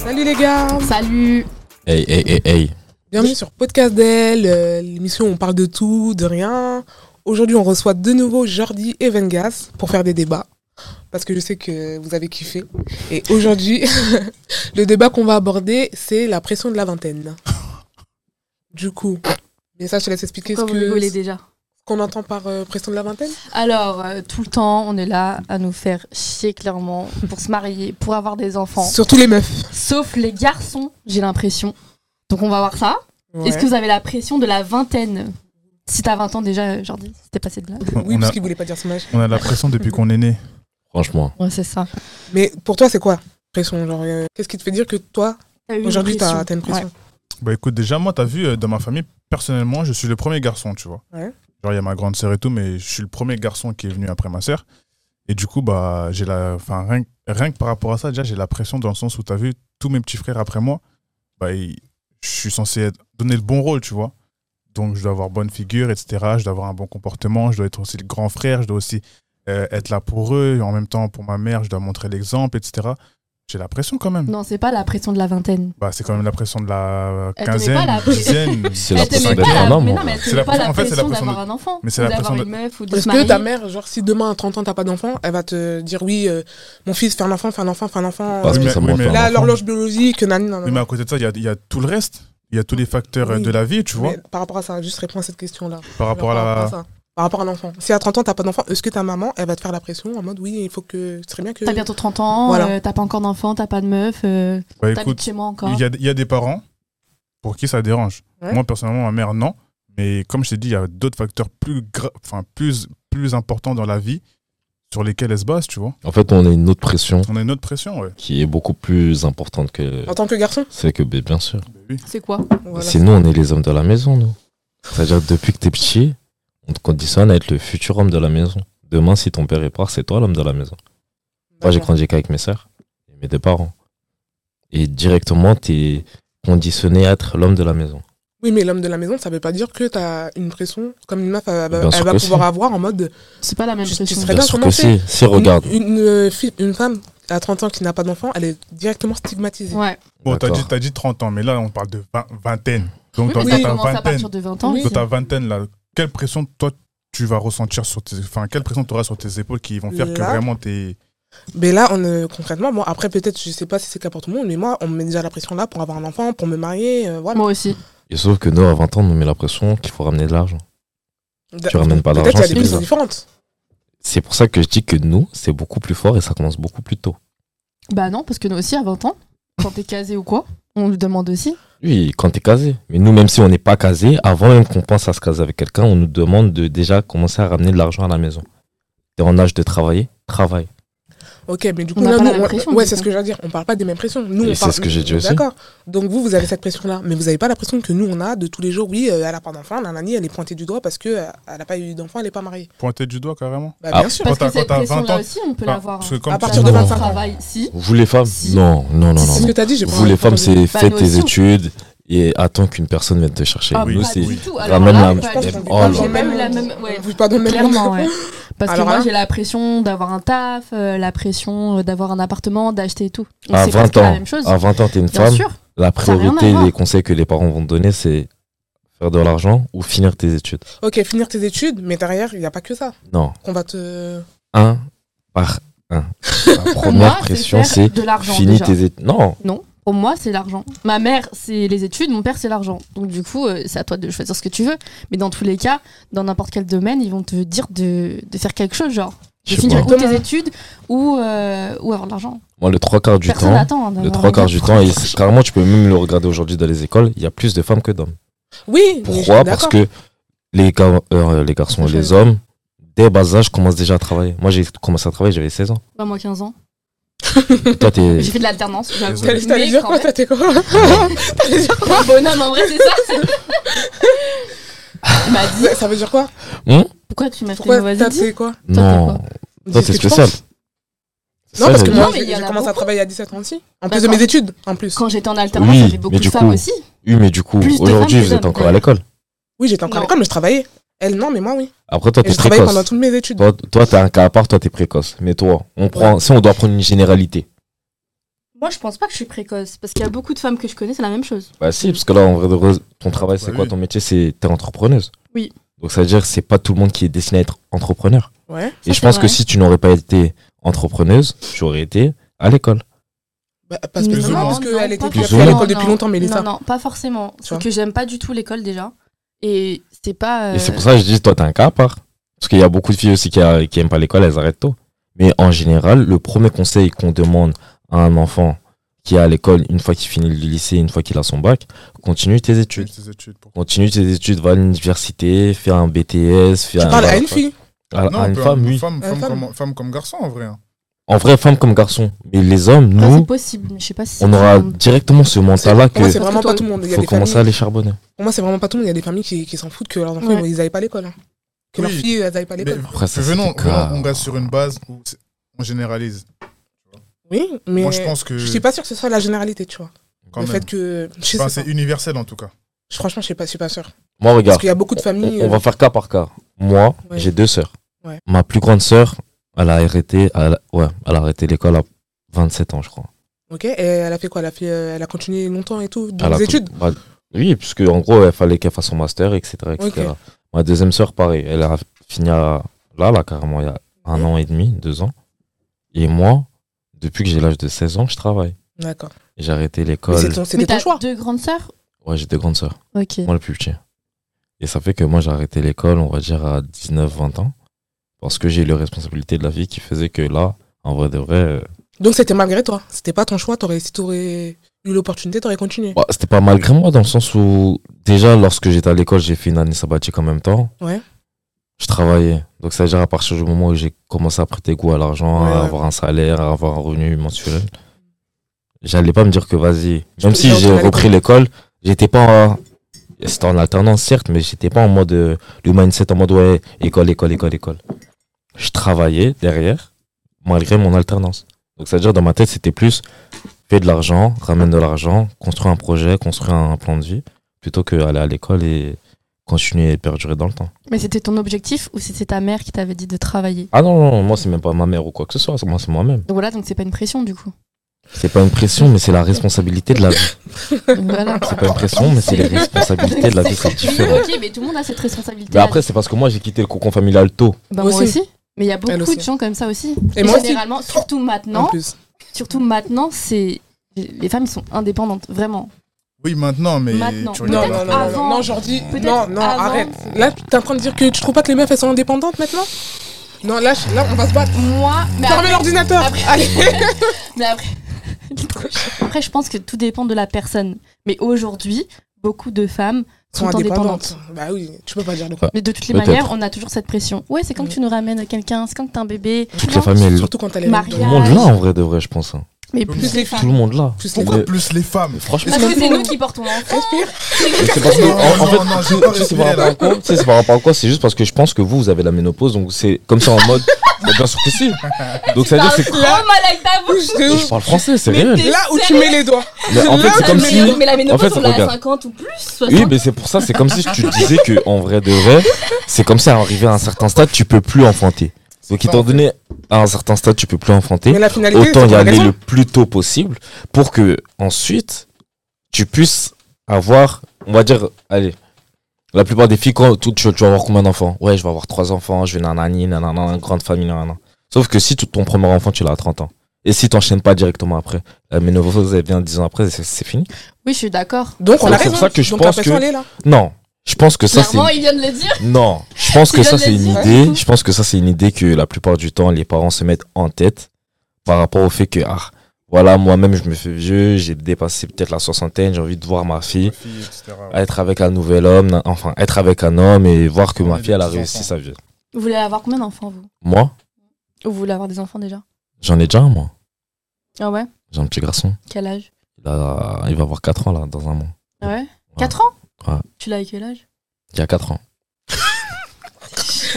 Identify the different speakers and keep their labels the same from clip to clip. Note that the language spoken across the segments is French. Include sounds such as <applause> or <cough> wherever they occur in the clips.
Speaker 1: Salut les gars
Speaker 2: Salut
Speaker 3: Hey, hey, hey, hey.
Speaker 1: Bienvenue sur Podcast d'elle, euh, l'émission où on parle de tout, de rien. Aujourd'hui, on reçoit de nouveau Jordi et Vengas pour faire des débats. Parce que je sais que vous avez kiffé. Et aujourd'hui, <laughs> le débat qu'on va aborder, c'est la pression de la vingtaine. Du coup, mais ça, je te laisse expliquer ce
Speaker 2: Pourquoi vous rigolez
Speaker 1: que-
Speaker 2: déjà
Speaker 1: ce qu'on entend par euh, pression de la vingtaine.
Speaker 2: Alors, euh, tout le temps, on est là à nous faire chier clairement pour se marier, pour avoir des enfants.
Speaker 1: Surtout les meufs.
Speaker 2: Sauf les garçons, j'ai l'impression. Donc on va voir ça. Est-ce
Speaker 1: Ouais.
Speaker 2: que vous avez la pression de la vingtaine Si t'as 20 ans déjà, euh, Jordi, si t'es passé de là.
Speaker 4: On,
Speaker 1: Oui,
Speaker 4: on
Speaker 1: parce
Speaker 4: a,
Speaker 1: qu'ils voulaient pas dire son âge.
Speaker 4: on a la pression depuis qu'on est né.
Speaker 3: Franchement.
Speaker 2: Ouais, c'est ça.
Speaker 1: Mais pour toi, c'est quoi pression genre euh, Qu'est-ce qui te fait dire que toi, aujourd'hui, t'as t'as une pression
Speaker 4: Bah écoute, déjà, moi, t'as vu, euh, dans ma famille, personnellement, je suis le premier garçon, tu vois.
Speaker 1: Ouais.
Speaker 4: Genre, il y a ma grande sœur et tout, mais je suis le premier garçon qui est venu après ma sœur. Et du coup, bah, j'ai la. Enfin, rien, que- rien que par rapport à ça, déjà, j'ai la pression dans le sens où t'as vu, tous mes petits frères après moi, bah, ils- je suis censé être- donner le bon rôle, tu vois. Donc, je dois avoir bonne figure, etc. Je dois avoir un bon comportement, je dois être aussi le grand frère, je dois aussi euh, être là pour eux. En même temps, pour ma mère, je dois montrer l'exemple, etc. J'ai la pression quand même.
Speaker 2: Non, c'est pas la pression de la vingtaine.
Speaker 4: Bah, c'est quand même la pression de la
Speaker 2: Elle te met
Speaker 4: quinzaine,
Speaker 2: pas la-
Speaker 4: dizaine.
Speaker 3: <laughs> C'est la
Speaker 2: Elle te
Speaker 3: pression
Speaker 2: met
Speaker 3: d'être
Speaker 2: Eh, pas
Speaker 3: un
Speaker 2: la-
Speaker 3: homme,
Speaker 2: mais
Speaker 3: en
Speaker 2: non, mais elle te
Speaker 4: fait.
Speaker 2: met
Speaker 4: C'est la-
Speaker 2: pas la
Speaker 4: en fait, c'est la
Speaker 2: pression
Speaker 4: pression
Speaker 2: d'avoir un enfant.
Speaker 4: mais c'est
Speaker 2: ou
Speaker 4: la
Speaker 2: d'avoir
Speaker 4: pression
Speaker 2: une meuf ou de
Speaker 1: Est-ce
Speaker 2: se
Speaker 1: que
Speaker 2: marier.
Speaker 1: ta mère, genre, si demain à 30 ans t'as pas d'enfant, elle va te dire oui, euh, mon fils, fais un enfant, fais un enfant, fais un enfant.
Speaker 3: Parce
Speaker 1: euh,
Speaker 3: que
Speaker 4: mais-
Speaker 3: ça
Speaker 4: oui,
Speaker 3: me
Speaker 4: mais-
Speaker 3: fait un
Speaker 1: là,
Speaker 3: enfant.
Speaker 1: l'horloge biologique, nan, nan, nan.
Speaker 4: Oui, mais à côté de ça, il y a, il y a tout le reste. Il y a tous les facteurs euh,
Speaker 1: Oui.
Speaker 4: de la vie, tu vois,
Speaker 1: Mais par rapport à ça, juste réponds à cette question-là.
Speaker 4: par rapport à la.
Speaker 1: ça. Par rapport à l'enfant. Si à 30 ans t'as pas d'enfant, est-ce que ta maman, elle va te faire la pression en mode oui, il faut que. C'est très bien que.
Speaker 2: T'as bientôt 30 ans,
Speaker 1: Voilà.
Speaker 2: euh, t'as pas encore d'enfant, t'as pas de meuf, euh,
Speaker 4: Bah,
Speaker 2: t'habites
Speaker 4: écoute,
Speaker 2: chez moi encore.
Speaker 4: il y a, il y a des parents pour qui ça dérange.
Speaker 1: Ouais.
Speaker 4: Moi, personnellement, ma mère, non. Mais comme je t'ai dit, il y a d'autres facteurs plus, gra- enfin, plus, plus importants dans la vie sur lesquels elle se base, tu vois.
Speaker 3: En fait, on a une autre pression
Speaker 4: On a une autre pression, ouais.
Speaker 3: qui est beaucoup plus importante que
Speaker 1: En tant que garçon
Speaker 3: celle que, ben, bien sûr.
Speaker 2: C'est quoi
Speaker 1: Voilà.
Speaker 3: C'est nous, on est les hommes de la maison, nous. C'est-à-dire, depuis que t'es petit, on te conditionne à être le futur homme de la maison. Demain, si ton père est part, c'est toi l'homme de la maison. Moi, j'ai
Speaker 1: D'accord.
Speaker 3: grandi qu'avec mes sœurs et mes deux parents. Et directement, t'es conditionné à être l'homme de la maison.
Speaker 1: Oui, mais l'homme de la maison, ça veut pas dire que t'as une pression comme une meuf, elle, va-
Speaker 3: Bien
Speaker 1: elle
Speaker 3: sûr
Speaker 1: va
Speaker 3: que
Speaker 1: pouvoir
Speaker 3: si.
Speaker 1: avoir en mode.
Speaker 2: C'est pas la même
Speaker 1: Tu- tu
Speaker 2: pression.
Speaker 1: serais- Très bien
Speaker 3: sûr que
Speaker 1: commencé.
Speaker 3: si. Si, regarde.
Speaker 1: Une, une, euh, fille- une femme à 30 ans qui n'a pas d'enfant, elle est directement stigmatisée.
Speaker 2: Ouais.
Speaker 4: Bon, t'as
Speaker 3: D'accord.
Speaker 4: dit, t'as dit 30 ans, mais là, on parle de vingt- vingtaine. Donc,
Speaker 2: Oui,
Speaker 4: dans
Speaker 2: mais
Speaker 4: dans
Speaker 2: ça
Speaker 4: ta
Speaker 2: commence à
Speaker 4: vingtaine,
Speaker 2: partir de 20 ans.
Speaker 1: Oui.
Speaker 4: dans
Speaker 2: aussi.
Speaker 4: ta vingtaine, là, quelle pression toi tu vas ressentir sur tes, enfin quelle pression tu auras sur tes épaules qui vont faire que
Speaker 1: Là.
Speaker 4: vraiment t'es
Speaker 1: Mais là, on, euh, concrètement, bon, après, peut-être, je sais pas si c'est cas pour tout le monde, mais moi, on me met déjà la pression là pour avoir un enfant, pour me marier. euh, voilà.
Speaker 2: Moi aussi.
Speaker 3: Et sauf que nous, à 20 ans, on nous met la pression qu'il faut ramener de l'argent.
Speaker 1: Da-
Speaker 3: tu ramènes pas
Speaker 1: peut-être
Speaker 3: d'argent,
Speaker 1: qu'il y a
Speaker 3: c'est
Speaker 1: des pressions
Speaker 3: bizarre.
Speaker 1: différentes.
Speaker 3: C'est pour ça que je dis que nous, c'est beaucoup plus fort et ça commence beaucoup plus tôt.
Speaker 2: Bah non, parce que nous aussi, à 20 ans, quand t'es casé ou quoi, on le demande aussi.
Speaker 3: Oui, quand t'es casé. Mais nous, même si on n'est pas casé, avant même qu'on pense à se caser avec quelqu'un, on nous demande de déjà commencer à ramener de l'argent à la maison. T'es en âge de travailler Travaille.
Speaker 1: Ok, mais du coup,
Speaker 2: On n'a
Speaker 1: là,
Speaker 2: pas
Speaker 1: nous,
Speaker 2: la même pression,
Speaker 1: ouais,
Speaker 2: du
Speaker 1: c'est ce
Speaker 2: coup.
Speaker 1: que j'allais dire. On parle pas des mêmes pressions. Nous,
Speaker 3: Et
Speaker 1: on
Speaker 3: c'est
Speaker 1: parle-
Speaker 3: ce que j'ai dit aussi.
Speaker 1: D'accord. Donc, vous, vous avez cette pression-là, mais vous n'avez pas la pression que nous, on a de tous les jours. Oui, euh, elle a pas d'enfant, nanani, elle est pointée du doigt parce que euh, elle n'a pas eu d'enfant, elle n'est pas mariée.
Speaker 4: pointé du doigt carrément
Speaker 1: Bah,
Speaker 3: Ah.
Speaker 1: bien sûr.
Speaker 2: Parce
Speaker 4: t'as-
Speaker 2: que cette
Speaker 4: quand t'as 20
Speaker 2: pression-là
Speaker 4: ans,
Speaker 2: aussi, on peut
Speaker 4: Enfin,
Speaker 2: l'avoir. hein.
Speaker 4: parce que comme
Speaker 1: hein. À
Speaker 4: tu
Speaker 1: partir
Speaker 4: dis,
Speaker 1: de
Speaker 4: on
Speaker 1: 25 ans.
Speaker 2: travail, si.
Speaker 3: Vous, les femmes
Speaker 2: Si.
Speaker 3: Non, non, non,
Speaker 1: C'est
Speaker 3: non.
Speaker 1: ce
Speaker 3: non.
Speaker 1: que t'as dit, j'ai pas
Speaker 3: Vous, les femmes,
Speaker 1: entendu.
Speaker 3: c'est
Speaker 2: Bah,
Speaker 3: fais
Speaker 2: nous
Speaker 3: tes
Speaker 2: aussi, on-
Speaker 3: études et attends qu'une personne vienne te chercher.
Speaker 2: Ah,
Speaker 3: nous,
Speaker 4: oui,
Speaker 2: pas
Speaker 3: c'est
Speaker 2: du tout. Alors
Speaker 3: ramène
Speaker 2: là,
Speaker 3: la.
Speaker 2: je pense
Speaker 1: qu'on
Speaker 3: Oh
Speaker 1: vit
Speaker 3: là
Speaker 1: pas
Speaker 3: là.
Speaker 1: le
Speaker 2: même
Speaker 1: monde.
Speaker 2: la même- ouais.
Speaker 1: On vit pas dans le même monde.
Speaker 2: Clairement, ouais. Parce
Speaker 1: Alors
Speaker 2: que moi,
Speaker 1: là-
Speaker 2: j'ai la pression d'avoir un taf, euh, la pression euh, d'avoir un appartement, d'acheter et tout. On
Speaker 3: À
Speaker 2: sait pas ce
Speaker 3: 20
Speaker 2: qu'est la
Speaker 3: ans,
Speaker 2: même chose.
Speaker 3: à 20 ans, t'es une
Speaker 2: Bien
Speaker 3: femme.
Speaker 2: sûr. Ça
Speaker 3: La
Speaker 2: a rien à
Speaker 3: priorité,
Speaker 2: voir.
Speaker 3: les conseils que les parents vont te donner, c'est faire de l'argent ou finir tes études.
Speaker 1: Ok, finir tes études, mais derrière, il n'y a pas que ça.
Speaker 3: Non,
Speaker 1: Qu'on va te.
Speaker 3: un par un.
Speaker 2: <laughs>
Speaker 3: La
Speaker 2: Pour
Speaker 3: première
Speaker 2: moi,
Speaker 3: pression,
Speaker 2: faire
Speaker 3: c'est
Speaker 2: de l'argent.
Speaker 3: finis
Speaker 2: déjà.
Speaker 3: tes études. Non,
Speaker 2: Pour moi, c'est l'argent. Ma mère, c'est les études, mon père, c'est l'argent. Donc, du coup, euh, c'est à toi de choisir ce que tu veux. Mais dans tous les cas, dans n'importe quel domaine, ils vont te dire de, de faire quelque chose, genre.
Speaker 3: Je
Speaker 2: De
Speaker 3: sais
Speaker 2: finir
Speaker 3: pas.
Speaker 2: ou tes études ou, euh, ou avoir de l'argent.
Speaker 3: moi, le trois quarts du
Speaker 2: Personne
Speaker 3: temps,
Speaker 2: n'attend. hein, d'avoir
Speaker 3: le trois quarts du
Speaker 2: l'argent.
Speaker 1: <laughs>
Speaker 3: temps, et c'est- carrément, tu peux même le regarder aujourd'hui dans les écoles, il y a plus de femmes que d'hommes.
Speaker 1: Oui, mais je
Speaker 3: Pourquoi
Speaker 1: suis
Speaker 3: Parce
Speaker 1: d'accord.
Speaker 3: que les, gar- euh, les garçons et les hommes, dès bas âge, commencent déjà à travailler. Moi, j'ai commencé à travailler, j'avais
Speaker 1: <laughs>
Speaker 3: 16 ans.
Speaker 2: Bah, moi, 15 ans.
Speaker 3: Et toi, t'es.
Speaker 2: J'ai fait de l'alternance, j'avoue.
Speaker 1: T'allais t'allais
Speaker 2: Mais
Speaker 1: dire
Speaker 2: quand
Speaker 1: quoi
Speaker 2: même,
Speaker 1: T'as t'es quoi T'allais dire quoi
Speaker 2: <laughs> un bonhomme, en vrai, c'est <laughs> ça. c'est- Il m'a dit.
Speaker 1: Ça- Ça veut dire quoi
Speaker 2: Pourquoi tu m'as fait une
Speaker 1: Pourquoi
Speaker 2: mauvaise
Speaker 1: t'as
Speaker 2: idée
Speaker 1: fait quoi
Speaker 2: t'es
Speaker 3: non, toi,
Speaker 1: Dis ce
Speaker 3: t'es
Speaker 1: que tu
Speaker 3: spécial.
Speaker 1: penses.
Speaker 3: C'est
Speaker 1: Non,
Speaker 3: ça,
Speaker 1: parce
Speaker 3: j'ai
Speaker 1: que
Speaker 3: dit.
Speaker 1: moi,
Speaker 2: Non, mais il
Speaker 1: j'ai
Speaker 2: y en
Speaker 1: j'ai
Speaker 2: a
Speaker 1: commencé à
Speaker 2: beaucoup.
Speaker 1: travailler à 17 ans aussi. En plus de
Speaker 2: D'accord.
Speaker 1: mes études, en plus.
Speaker 2: Quand j'étais en alternance,
Speaker 3: Oui,
Speaker 2: j'avais beaucoup
Speaker 3: mais du
Speaker 2: ça
Speaker 3: coup-
Speaker 2: aussi.
Speaker 3: Oui, mais du coup,
Speaker 2: Plus de
Speaker 3: aujourd'hui,
Speaker 2: femmes que
Speaker 3: vous êtes
Speaker 2: d'hommes,
Speaker 3: encore à l'école.
Speaker 1: Oui, j'étais encore à
Speaker 2: Non.
Speaker 1: l'école, mais je travaillais. Elle, non, mais moi, oui.
Speaker 3: Après, toi,
Speaker 1: Et
Speaker 3: t'es
Speaker 1: je travaillais
Speaker 3: précoce.
Speaker 1: pendant toutes mes études.
Speaker 3: Toi, toi, t'as un cas à part, toi, t'es précoce. Mais toi, on prend, si on doit prendre une généralité,
Speaker 2: Moi, je pense pas que je suis précoce, parce qu'il y a beaucoup de femmes que je connais, c'est la même chose.
Speaker 3: Bah si, parce que là, en vrai, de vrai, ton travail, c'est
Speaker 4: Bah
Speaker 3: quoi
Speaker 4: oui.
Speaker 3: ton métier C'est t'es entrepreneuse.
Speaker 2: Oui.
Speaker 3: Donc ça veut dire que c'est pas tout le monde qui est destiné à être entrepreneur.
Speaker 1: Ouais.
Speaker 2: Ça,
Speaker 3: Et je
Speaker 2: c'est
Speaker 3: pense
Speaker 2: vrai.
Speaker 3: que si tu n'aurais pas été entrepreneuse, tu aurais été à l'école.
Speaker 1: Bah, parce que
Speaker 4: Plus ou
Speaker 1: non,
Speaker 4: moins.
Speaker 1: parce qu'elle était
Speaker 2: pas
Speaker 1: plus
Speaker 3: forcément.
Speaker 1: à l'école
Speaker 2: Non,
Speaker 1: depuis
Speaker 2: non.
Speaker 1: longtemps, mais
Speaker 2: Non,
Speaker 1: Lisa.
Speaker 2: non, pas forcément.
Speaker 1: vois.
Speaker 2: C'est que j'aime pas du tout l'école déjà. Et c'est pas.
Speaker 3: Et c'est
Speaker 2: euh,
Speaker 3: pour ça que je dis, toi, t'es un cas à part. Parce qu'il y a beaucoup de filles aussi qui, a- qui aiment pas l'école, elles arrêtent tôt. Mais en général, le premier conseil qu'on demande à un enfant qui est à l'école, une fois qu'il finit le lycée, une fois qu'il a son bac, continue tes études.
Speaker 4: Tes études, pour-
Speaker 3: Continue tes études, va à l'université, fais un BTS, fais
Speaker 1: Tu
Speaker 3: un.
Speaker 1: parles à une fille
Speaker 3: à- à
Speaker 4: Non,
Speaker 3: une
Speaker 4: peu-
Speaker 3: femme, oui.
Speaker 4: Femme,
Speaker 1: Euh,
Speaker 4: femme
Speaker 1: femme.
Speaker 4: Comme, femme comme garçon, en vrai. hein.
Speaker 3: En vrai, femme comme garçon. Mais les hommes,
Speaker 2: ah,
Speaker 3: nous,
Speaker 2: c'est possible, mais je sais pas si.
Speaker 3: on aura directement ce mental-là
Speaker 1: Pour moi, c'est
Speaker 2: Parce
Speaker 3: que
Speaker 1: vraiment
Speaker 2: que toi,
Speaker 1: pas tout le monde. Il y a
Speaker 3: faut
Speaker 1: des familles-
Speaker 3: commencer à les charbonner.
Speaker 1: Pour moi, c'est vraiment pas tout le monde. Il y a des familles qui qui s'en foutent que leurs enfants
Speaker 2: Ouais.
Speaker 1: ils aillent pas à l'école. hein. Que leurs
Speaker 4: Oui.
Speaker 1: filles elles aillent pas à
Speaker 4: Mais
Speaker 1: l'école.
Speaker 3: Après, ça, c'est
Speaker 4: venons,
Speaker 3: ton cas.
Speaker 4: venons, on reste sur une base où c'est- on généralise.
Speaker 1: Oui, mais
Speaker 4: Moi, je pense que
Speaker 1: je suis pas sûre que ce soit la généralité, tu vois.
Speaker 4: quand
Speaker 1: le
Speaker 4: même.
Speaker 1: fait que. Je sais
Speaker 4: Enfin,
Speaker 1: pas.
Speaker 4: c'est universel, en tout cas.
Speaker 1: Je- Franchement, je sais pas, je suis pas sûre.
Speaker 3: Moi,
Speaker 1: Parce
Speaker 3: regarde,
Speaker 1: qu'il y a beaucoup de familles.
Speaker 3: on, on
Speaker 1: euh,
Speaker 3: va faire cas par cas. Moi,
Speaker 1: Ouais.
Speaker 3: j'ai deux sœurs.
Speaker 1: Ouais.
Speaker 3: Ma plus grande sœur, elle a arrêté, elle, a- ouais, elle a arrêté l'école à 27 ans, je crois.
Speaker 1: Ok, et elle a fait quoi elle a, fait, euh, elle a continué longtemps et tout, dans
Speaker 3: Elle a
Speaker 1: les
Speaker 3: con-
Speaker 1: études
Speaker 3: bah, oui, puisque en gros, il fallait qu'elle fasse son master, etc. etc.
Speaker 1: Ok.
Speaker 3: Ma deuxième sœur, pareil, elle a fini à- là, là, carrément, il y a un an et demi, deux ans. Et moi, depuis que j'ai l'âge de 16 ans, je travaille.
Speaker 1: D'accord.
Speaker 3: Et J'ai arrêté
Speaker 1: Mais c'est
Speaker 3: l'école.
Speaker 1: ton-
Speaker 2: Mais
Speaker 1: C'était ton,
Speaker 2: t'as
Speaker 1: choix.
Speaker 2: deux grandes sœurs
Speaker 3: Ouais, j'ai deux grandes sœurs.
Speaker 2: Ok.
Speaker 3: Moi, le plus petit. Et ça fait que moi, j'ai arrêté l'école, on va dire, à 19-20 ans. Parce que j'ai eu les responsabilités de la vie qui faisait que là, en vrai de vrai, euh,
Speaker 1: Donc c'était malgré toi. C'était pas ton choix. T'aurais, si t'aurais eu l'opportunité, t'aurais continué.
Speaker 3: bah, c'était pas malgré moi dans le sens où, déjà, lorsque j'étais à l'école, j'ai fait une année sabbatique en même temps.
Speaker 1: Ouais.
Speaker 3: Je travaillais. Donc, ça veut dire à partir du moment où j'ai commencé à prêter goût à l'argent,
Speaker 1: Ouais,
Speaker 3: à
Speaker 1: ouais.
Speaker 3: avoir un salaire, à avoir un revenu mensuel, j'allais pas me dire que vas-y. Même
Speaker 1: peux
Speaker 3: si
Speaker 1: dire,
Speaker 3: j'ai
Speaker 1: tu vas
Speaker 3: repris l'école, j'étais pas. en- C'était en alternance, certes, mais j'étais pas en mode. euh, Le mindset en mode ouais, école, école, école, école. Je travaillais derrière, malgré mon alternance. Donc, ça veut dire dans ma tête, c'était plus fais de l'argent, ramène de l'argent, construis un projet, construis un plan de vie, plutôt que aller à l'école et continuer et perdurer dans le temps.
Speaker 2: Mais c'était ton objectif ou c'était ta mère qui t'avait dit de travailler
Speaker 3: Ah non, non, moi c'est même pas ma mère ou quoi que ce soit, c'est- moi c'est moi-même.
Speaker 2: Donc voilà, donc c'est pas une pression
Speaker 1: <laughs>
Speaker 2: du coup.
Speaker 3: C'est pas une pression, mais c'est la responsabilité de la vie.
Speaker 2: Donc voilà.
Speaker 3: C'est pas une pression, mais c'est les responsabilités de la vie, c'est différent.
Speaker 2: ok, mais tout le monde a cette responsabilité.
Speaker 3: Mais Bah, après, c'est parce que moi j'ai quitté le cocon familial tôt.
Speaker 2: Bah, moi
Speaker 1: Moi aussi.
Speaker 2: aussi. Mais il y a
Speaker 1: Elle
Speaker 2: beaucoup
Speaker 1: aussi.
Speaker 2: de gens comme ça aussi.
Speaker 1: Et moi aussi.
Speaker 2: généralement, surtout
Speaker 1: En
Speaker 2: maintenant,
Speaker 1: plus.
Speaker 2: surtout maintenant, c'est les femmes sont indépendantes, vraiment.
Speaker 4: Oui, maintenant, mais
Speaker 2: Maintenant.
Speaker 4: tu
Speaker 1: Non,
Speaker 4: regardes.
Speaker 1: non,
Speaker 4: euh,
Speaker 1: non,
Speaker 4: après,
Speaker 1: non,
Speaker 2: avant.
Speaker 1: non, non, Jordi,
Speaker 2: Peut-être
Speaker 1: non, non,
Speaker 2: avant.
Speaker 1: arrête. Là, t'es en train de dire que tu trouves pas que les meufs elles sont indépendantes maintenant Non, là, je- là, on va se battre.
Speaker 2: Moi, mais
Speaker 1: Fermez
Speaker 2: Bah après,
Speaker 1: l'ordinateur Allez
Speaker 2: mais après, <laughs> Il est trop chiant. Après, je pense que tout dépend de la personne. Mais aujourd'hui, beaucoup de femmes sont,
Speaker 1: sont
Speaker 2: indépendantes.
Speaker 1: indépendantes. Bah oui, tu peux pas dire le contraire.
Speaker 2: Mais de toutes les
Speaker 3: Peut-être.
Speaker 2: manières, on a toujours cette pression. Ouais, c'est quand
Speaker 1: Mm.
Speaker 2: tu nous ramènes quelqu'un, c'est quand t'as un bébé.
Speaker 3: Toutes
Speaker 2: Non,
Speaker 3: les familles, elles-
Speaker 1: Surtout quand elle est
Speaker 2: Maria.
Speaker 3: tout le monde là en vrai de vrai, je pense. hein.
Speaker 2: Mais
Speaker 4: Tout
Speaker 2: plus
Speaker 1: le
Speaker 2: les
Speaker 1: monde.
Speaker 3: Tout
Speaker 2: femmes.
Speaker 3: le monde là.
Speaker 1: Plus les
Speaker 4: Pourquoi
Speaker 3: Mais-
Speaker 4: plus les femmes
Speaker 3: mais Franchement,
Speaker 2: Parce que c'est nous qui portons l'enfant.
Speaker 1: Respire.
Speaker 3: Mais c'est parce que, en, en
Speaker 4: Non,
Speaker 3: fait,
Speaker 4: non,
Speaker 3: tu-
Speaker 4: j'ai pas
Speaker 3: tu sais
Speaker 4: respiré,
Speaker 3: par rapport à
Speaker 4: là.
Speaker 3: quoi Tu sais, c'est par rapport à quoi C'est juste parce que je pense que vous, vous avez la ménopause, donc c'est comme ça en mode. <laughs> Bah, bien sûr que si.
Speaker 4: <laughs>
Speaker 3: Donc ça veut dire c'est.
Speaker 2: Parle trop mal avec ta bouche.
Speaker 1: Je te
Speaker 3: Et
Speaker 1: jure.
Speaker 3: je parle français, c'est
Speaker 2: Mais
Speaker 3: réel.
Speaker 2: t'es-
Speaker 1: Là où tu mets les doigts.
Speaker 3: Mais en fait, c'est
Speaker 1: là,
Speaker 3: comme
Speaker 1: mais-
Speaker 3: si.
Speaker 2: Mais la ménopause,
Speaker 3: En fait,
Speaker 2: on l'a à
Speaker 3: regarde.
Speaker 2: 50 ou plus, 60.
Speaker 3: Oui, mais c'est pour ça, c'est comme si tu disais que en vrai de vrai, c'est comme si à arriver à un certain stade, tu peux plus enfanter. Donc étant donné à un certain stade, tu peux plus enfanter,
Speaker 1: Mais la finalité,
Speaker 3: autant
Speaker 1: c'est
Speaker 3: y
Speaker 1: qu'on a
Speaker 3: aller
Speaker 1: raison.
Speaker 3: le plus tôt possible pour que ensuite tu puisses avoir, on va dire, allez, la plupart des filles, quand tu, tu, tu vas avoir combien d'enfants Ouais, je vais avoir trois enfants, je vais nanani, nanana, une grande famille, nanana. Sauf que si tout ton premier enfant, tu l'as à 30 ans. Et si t'enchaînes pas directement après, la ménopause, elle vient 10 ans après, c'est- c'est fini.
Speaker 2: Oui, je suis d'accord.
Speaker 1: Donc on a
Speaker 3: Donc, c'est
Speaker 1: raison.
Speaker 3: pour ça que je
Speaker 1: Donc,
Speaker 3: pense
Speaker 1: la pression,
Speaker 3: que-
Speaker 1: elle est là. <laughs>
Speaker 3: Non, je pense que ça, c'est
Speaker 2: Clairement, il vient de le dire.
Speaker 3: non, je pense
Speaker 2: Tu
Speaker 3: que
Speaker 2: viens
Speaker 3: ça
Speaker 2: de le
Speaker 3: c'est une
Speaker 2: dire.
Speaker 3: idée. Je pense que ça c'est une idée que la plupart du temps les parents se mettent en tête par rapport au fait que ah voilà moi-même je me fais vieux, j'ai dépassé peut-être la soixantaine, j'ai envie de voir ma fille
Speaker 4: Filles, etc.
Speaker 3: être avec un nouvel homme, na- enfin être avec un homme et voir que
Speaker 4: On
Speaker 3: ma
Speaker 4: est
Speaker 3: fille elle a
Speaker 4: des petits
Speaker 3: réussi
Speaker 4: enfants.
Speaker 3: sa vie.
Speaker 2: Vous voulez avoir combien d'enfants, vous
Speaker 3: Moi,
Speaker 2: Ou vous voulez avoir des enfants déjà
Speaker 3: j'en ai déjà un moi,
Speaker 2: Ah ouais
Speaker 3: j'ai un petit garçon.
Speaker 2: Quel âge
Speaker 3: Il a, il va avoir 4 ans là dans un mois.
Speaker 2: Ah ouais 4 ans
Speaker 3: Ouais.
Speaker 2: Tu l'as à quel <laughs> âge
Speaker 3: Il y a 4 ans.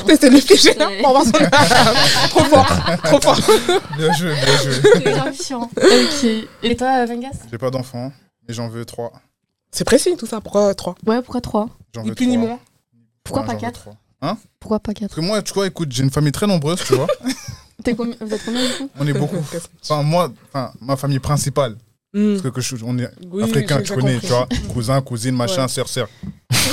Speaker 1: C'était le piégé là
Speaker 2: Ouais.
Speaker 1: pour avoir son <laughs> Trop fort, trop fort.
Speaker 4: Bien joué, bien joué.
Speaker 2: hein. Ok. Et toi, Vengas
Speaker 4: J'ai pas d'enfant, mais j'en veux trois.
Speaker 1: C'est précis tout ça, pourquoi 3
Speaker 2: Ouais, pourquoi 3
Speaker 4: J'en
Speaker 1: Ni
Speaker 4: veux
Speaker 1: plus ni
Speaker 4: trois.
Speaker 1: moins.
Speaker 2: Pourquoi
Speaker 4: Ouais,
Speaker 2: pas
Speaker 4: j'en veux
Speaker 2: quatre
Speaker 4: trois.
Speaker 2: Pourquoi pas
Speaker 4: Parce
Speaker 2: 4
Speaker 4: que moi, tu vois, écoute, j'ai une famille très nombreuse, tu vois.
Speaker 2: T'es combien- Vous êtes combien du coup
Speaker 4: On est beaucoup. Enfin, moi, enfin, ma famille principale,
Speaker 1: Mm.
Speaker 4: parce que, que je, on est
Speaker 1: Oui,
Speaker 4: africain,
Speaker 1: j'ai-
Speaker 4: tu
Speaker 1: j'ai
Speaker 4: connais,
Speaker 1: compris.
Speaker 4: tu vois, cousin, cousine, machin, sœur, sœur.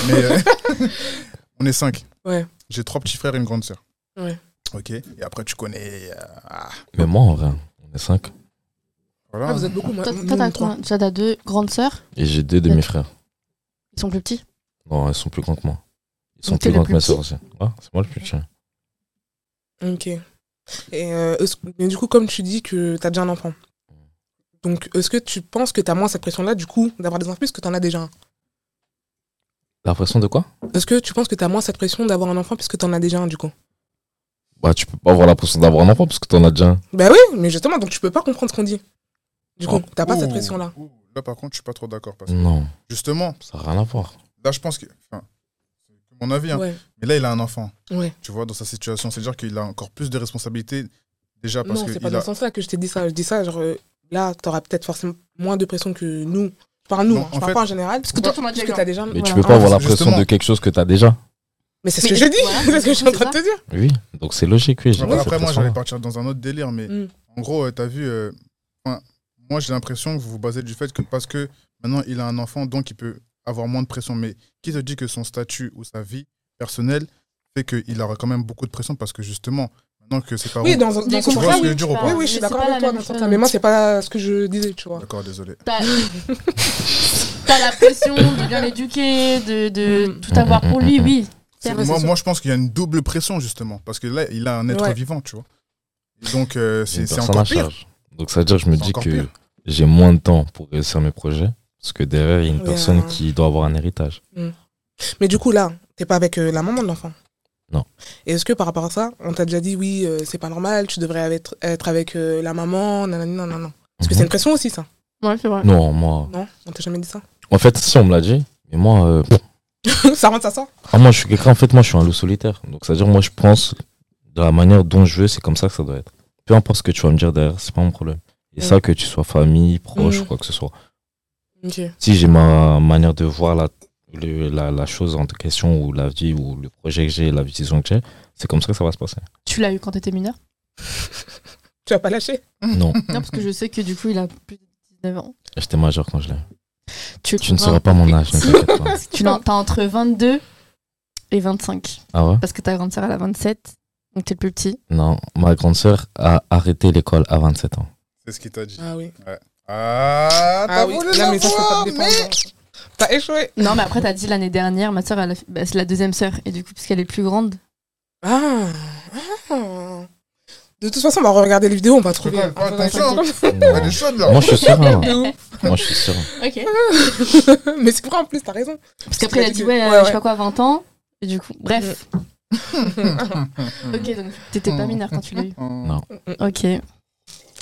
Speaker 4: Mais euh, <laughs> on est cinq.
Speaker 1: Ouais.
Speaker 4: J'ai trois petits frères et une grande sœur.
Speaker 1: Ouais.
Speaker 4: Ok. Et après, tu connais. euh, ah,
Speaker 3: Mais moi, en vrai, on est cinq.
Speaker 4: voilà.
Speaker 1: Ah, vous êtes beaucoup, moi.
Speaker 2: Toi,
Speaker 1: nous,
Speaker 2: toi,
Speaker 1: on
Speaker 2: t'as
Speaker 1: est trois.
Speaker 2: combien Toi, t'as deux grandes sœurs,
Speaker 3: Et j'ai deux demi-frères.
Speaker 2: ils sont plus petits.
Speaker 3: Non, ils sont plus grands que moi. Ils sont
Speaker 2: Donc,
Speaker 3: plus
Speaker 2: t'es le
Speaker 3: grands que
Speaker 2: plus
Speaker 3: ma soeur aussi. Ouais, c'est moi le plus petit.
Speaker 1: Ok. Et euh, est-ce- mais du coup, comme tu dis que t'as déjà un enfant, donc est-ce que tu penses que t'as moins cette pression-là, du coup, d'avoir des enfants, puisque t'en as déjà un
Speaker 3: La pression de quoi
Speaker 1: Est-ce que tu penses que t'as moins cette pression d'avoir un enfant, puisque t'en as déjà un, du coup
Speaker 3: Bah, tu peux pas avoir la pression d'avoir un enfant parce que t'en as déjà un.
Speaker 1: Bah oui, mais justement, donc tu peux pas comprendre ce qu'on dit. Du coup,
Speaker 3: Oh.
Speaker 1: t'as pas cette
Speaker 4: Ouh,
Speaker 1: pression-là.
Speaker 4: ouh, Là, par contre, je suis pas trop d'accord. Parce que
Speaker 3: Non,
Speaker 4: justement,
Speaker 3: ça n'a rien à voir.
Speaker 1: Mm,
Speaker 4: là, je pense que. Enfin, c'est mon avis. hein.
Speaker 1: Ouais.
Speaker 4: Mais là, il a un enfant.
Speaker 1: Ouais.
Speaker 4: Tu vois, dans sa situation, c'est-à-dire qu'il a encore plus de responsabilités. Déjà, parce
Speaker 1: Non,
Speaker 4: que.
Speaker 1: c'est pas
Speaker 4: il
Speaker 1: dans
Speaker 4: a...
Speaker 1: ce sens-là que je t'ai dit ça. Je dis ça, genre, euh, là, t'auras peut-être forcément moins de pression que nous. Je parle nous,
Speaker 4: Non,
Speaker 1: hein, je
Speaker 4: en
Speaker 1: parle
Speaker 4: fait-
Speaker 1: pas en général. Parce
Speaker 2: que toi, t'en as déjà
Speaker 1: que
Speaker 2: eu
Speaker 1: t'as déjà.
Speaker 3: Mais tu
Speaker 2: Voilà.
Speaker 3: peux pas
Speaker 4: Ah,
Speaker 3: avoir la
Speaker 4: parce que
Speaker 3: pression
Speaker 4: justement-
Speaker 3: de quelque chose que t'as déjà.
Speaker 1: Mais c'est ce
Speaker 2: Mais-
Speaker 1: que je dis,
Speaker 2: voilà,
Speaker 1: <laughs> c'est ce que je suis en train de
Speaker 2: c'est
Speaker 1: te dire.
Speaker 3: Oui. Donc c'est logique, oui. j'ai
Speaker 4: Ouais,
Speaker 3: pas cette
Speaker 4: après, moi,
Speaker 3: pression-là.
Speaker 4: j'allais partir dans un autre délire, mais
Speaker 1: Mm.
Speaker 4: en gros, euh, t'as vu, euh, enfin, moi, j'ai l'impression que vous vous basez du fait que parce que maintenant, il a un enfant, donc il peut avoir moins de pression. Mais qui te dit que son statut ou sa vie personnelle fait qu'il aura quand même beaucoup de pression parce que justement, maintenant que ses parents.
Speaker 1: Oui, dans, dans
Speaker 2: Des
Speaker 1: ce
Speaker 4: vois
Speaker 1: sens-là,
Speaker 4: ce que
Speaker 1: oui.
Speaker 4: je veux dire ou
Speaker 1: Oui,
Speaker 4: pas
Speaker 1: oui, je suis
Speaker 2: Mais
Speaker 1: d'accord
Speaker 2: c'est pas
Speaker 1: avec toi
Speaker 2: la
Speaker 1: dans
Speaker 2: même
Speaker 1: ce sens-là,
Speaker 2: chose.
Speaker 1: Mais moi, c'est pas ce que je disais, tu vois.
Speaker 4: D'accord, désolé.
Speaker 2: T'as t'as la pression de <laughs> bien l'éduquer, de, de tout avoir pour lui, oui. C'est
Speaker 1: vrai,
Speaker 4: Moi,
Speaker 1: c'est
Speaker 4: moi, je pense qu'il y a une double pression, justement, parce que là, il a un être
Speaker 1: Ouais.
Speaker 4: vivant, tu vois. Et donc, euh,
Speaker 3: J'ai
Speaker 4: c'est
Speaker 3: une
Speaker 4: c'est
Speaker 3: personne
Speaker 4: encore
Speaker 3: à
Speaker 4: pire.
Speaker 3: charge. Donc ça veut dire que je me
Speaker 4: C'est
Speaker 3: dis
Speaker 4: encore
Speaker 1: <laughs>
Speaker 3: que
Speaker 4: pire.
Speaker 3: j'ai moins de temps pour réussir mes projets. Parce que derrière, il y a une
Speaker 1: Ouais.
Speaker 3: personne qui doit avoir un héritage.
Speaker 1: Mais du coup, là, t'es pas avec euh, la maman de l'enfant
Speaker 3: Non.
Speaker 1: Et est-ce que par rapport à ça, on t'a déjà dit, oui, euh, c'est pas normal, tu devrais être, être avec euh, la maman, nanani, non, non, non. Parce que c'est une pression aussi, ça.
Speaker 2: Ouais, c'est vrai.
Speaker 3: Mhm. Non, moi.
Speaker 1: Non On t'a jamais dit ça <laughs>
Speaker 3: En fait, si on me l'a dit, mais moi, euh,
Speaker 1: Ça rentre, ça sort
Speaker 3: ah, moi, je suis quelqu'un, en fait, moi, je suis un loup solitaire. Donc ça veut dire, moi, je pense de la manière dont je veux, c'est comme ça que ça doit être. Peu importe ce que tu vas me dire derrière, c'est pas mon problème. Et
Speaker 1: Mm.
Speaker 3: ça, que tu sois famille, proche
Speaker 1: Mm.
Speaker 3: ou quoi que ce soit.
Speaker 1: Ok.
Speaker 3: Si j'ai ma manière de voir la, le- la, la chose en question, ou la vie, ou le projet que j'ai, la vision que j'ai, c'est comme ça que ça va se passer.
Speaker 2: Tu l'as eu quand t'étais mineur
Speaker 1: <laughs> Tu vas pas lâcher
Speaker 4: Mm.
Speaker 3: Non,
Speaker 2: Non, parce que je sais que du coup, il a plus de 19 ans.
Speaker 3: j'étais majeur quand je l'ai.
Speaker 2: Tu,
Speaker 3: Tu ne sauras pas mon âge, ne t'inquiète pas.
Speaker 2: Tu l'as- t'as entre 22 et 25.
Speaker 3: Ah ouais
Speaker 2: Parce que ta grande sœur, elle a 27. Donc t'es le plus petit.
Speaker 3: Non, ma grande sœur a arrêté l'école à 27 ans.
Speaker 4: C'est ce qu'il t'a dit.
Speaker 1: Ah oui.
Speaker 4: Ah, t'as
Speaker 1: Ah oui,
Speaker 4: voulu
Speaker 1: là, mais ça, c'est pas
Speaker 4: l'avoir,
Speaker 1: dépendant.
Speaker 4: Oh, mais-
Speaker 1: T'as échoué
Speaker 2: Non, mais après, t'as dit l'année dernière, ma sœur, elle a fait- bah, c'est la deuxième sœur. Et du coup, parce qu'elle est plus grande.
Speaker 1: Ah. Ah. De toute façon, on va regarder les vidéos, on va trouver.
Speaker 4: Fais attention. <laughs> Elle est
Speaker 3: Non.
Speaker 4: chaude, là.
Speaker 3: Moi je suis serein.
Speaker 1: De ouf. <laughs>
Speaker 3: Moi je suis serein.
Speaker 2: Ok.
Speaker 1: Mais c'est vrai en plus, t'as raison.
Speaker 2: Parce qu'après, elle a dit, ouais, euh,
Speaker 1: Ouais, ouais.
Speaker 2: je sais pas quoi, 20 ans. Et du coup, bref.
Speaker 1: Mm.
Speaker 2: ok, donc t'étais pas mineure quand tu l'as eu.
Speaker 1: <laughs>
Speaker 4: <laughs> Hum.
Speaker 3: Non.
Speaker 2: <laughs> Ok. Et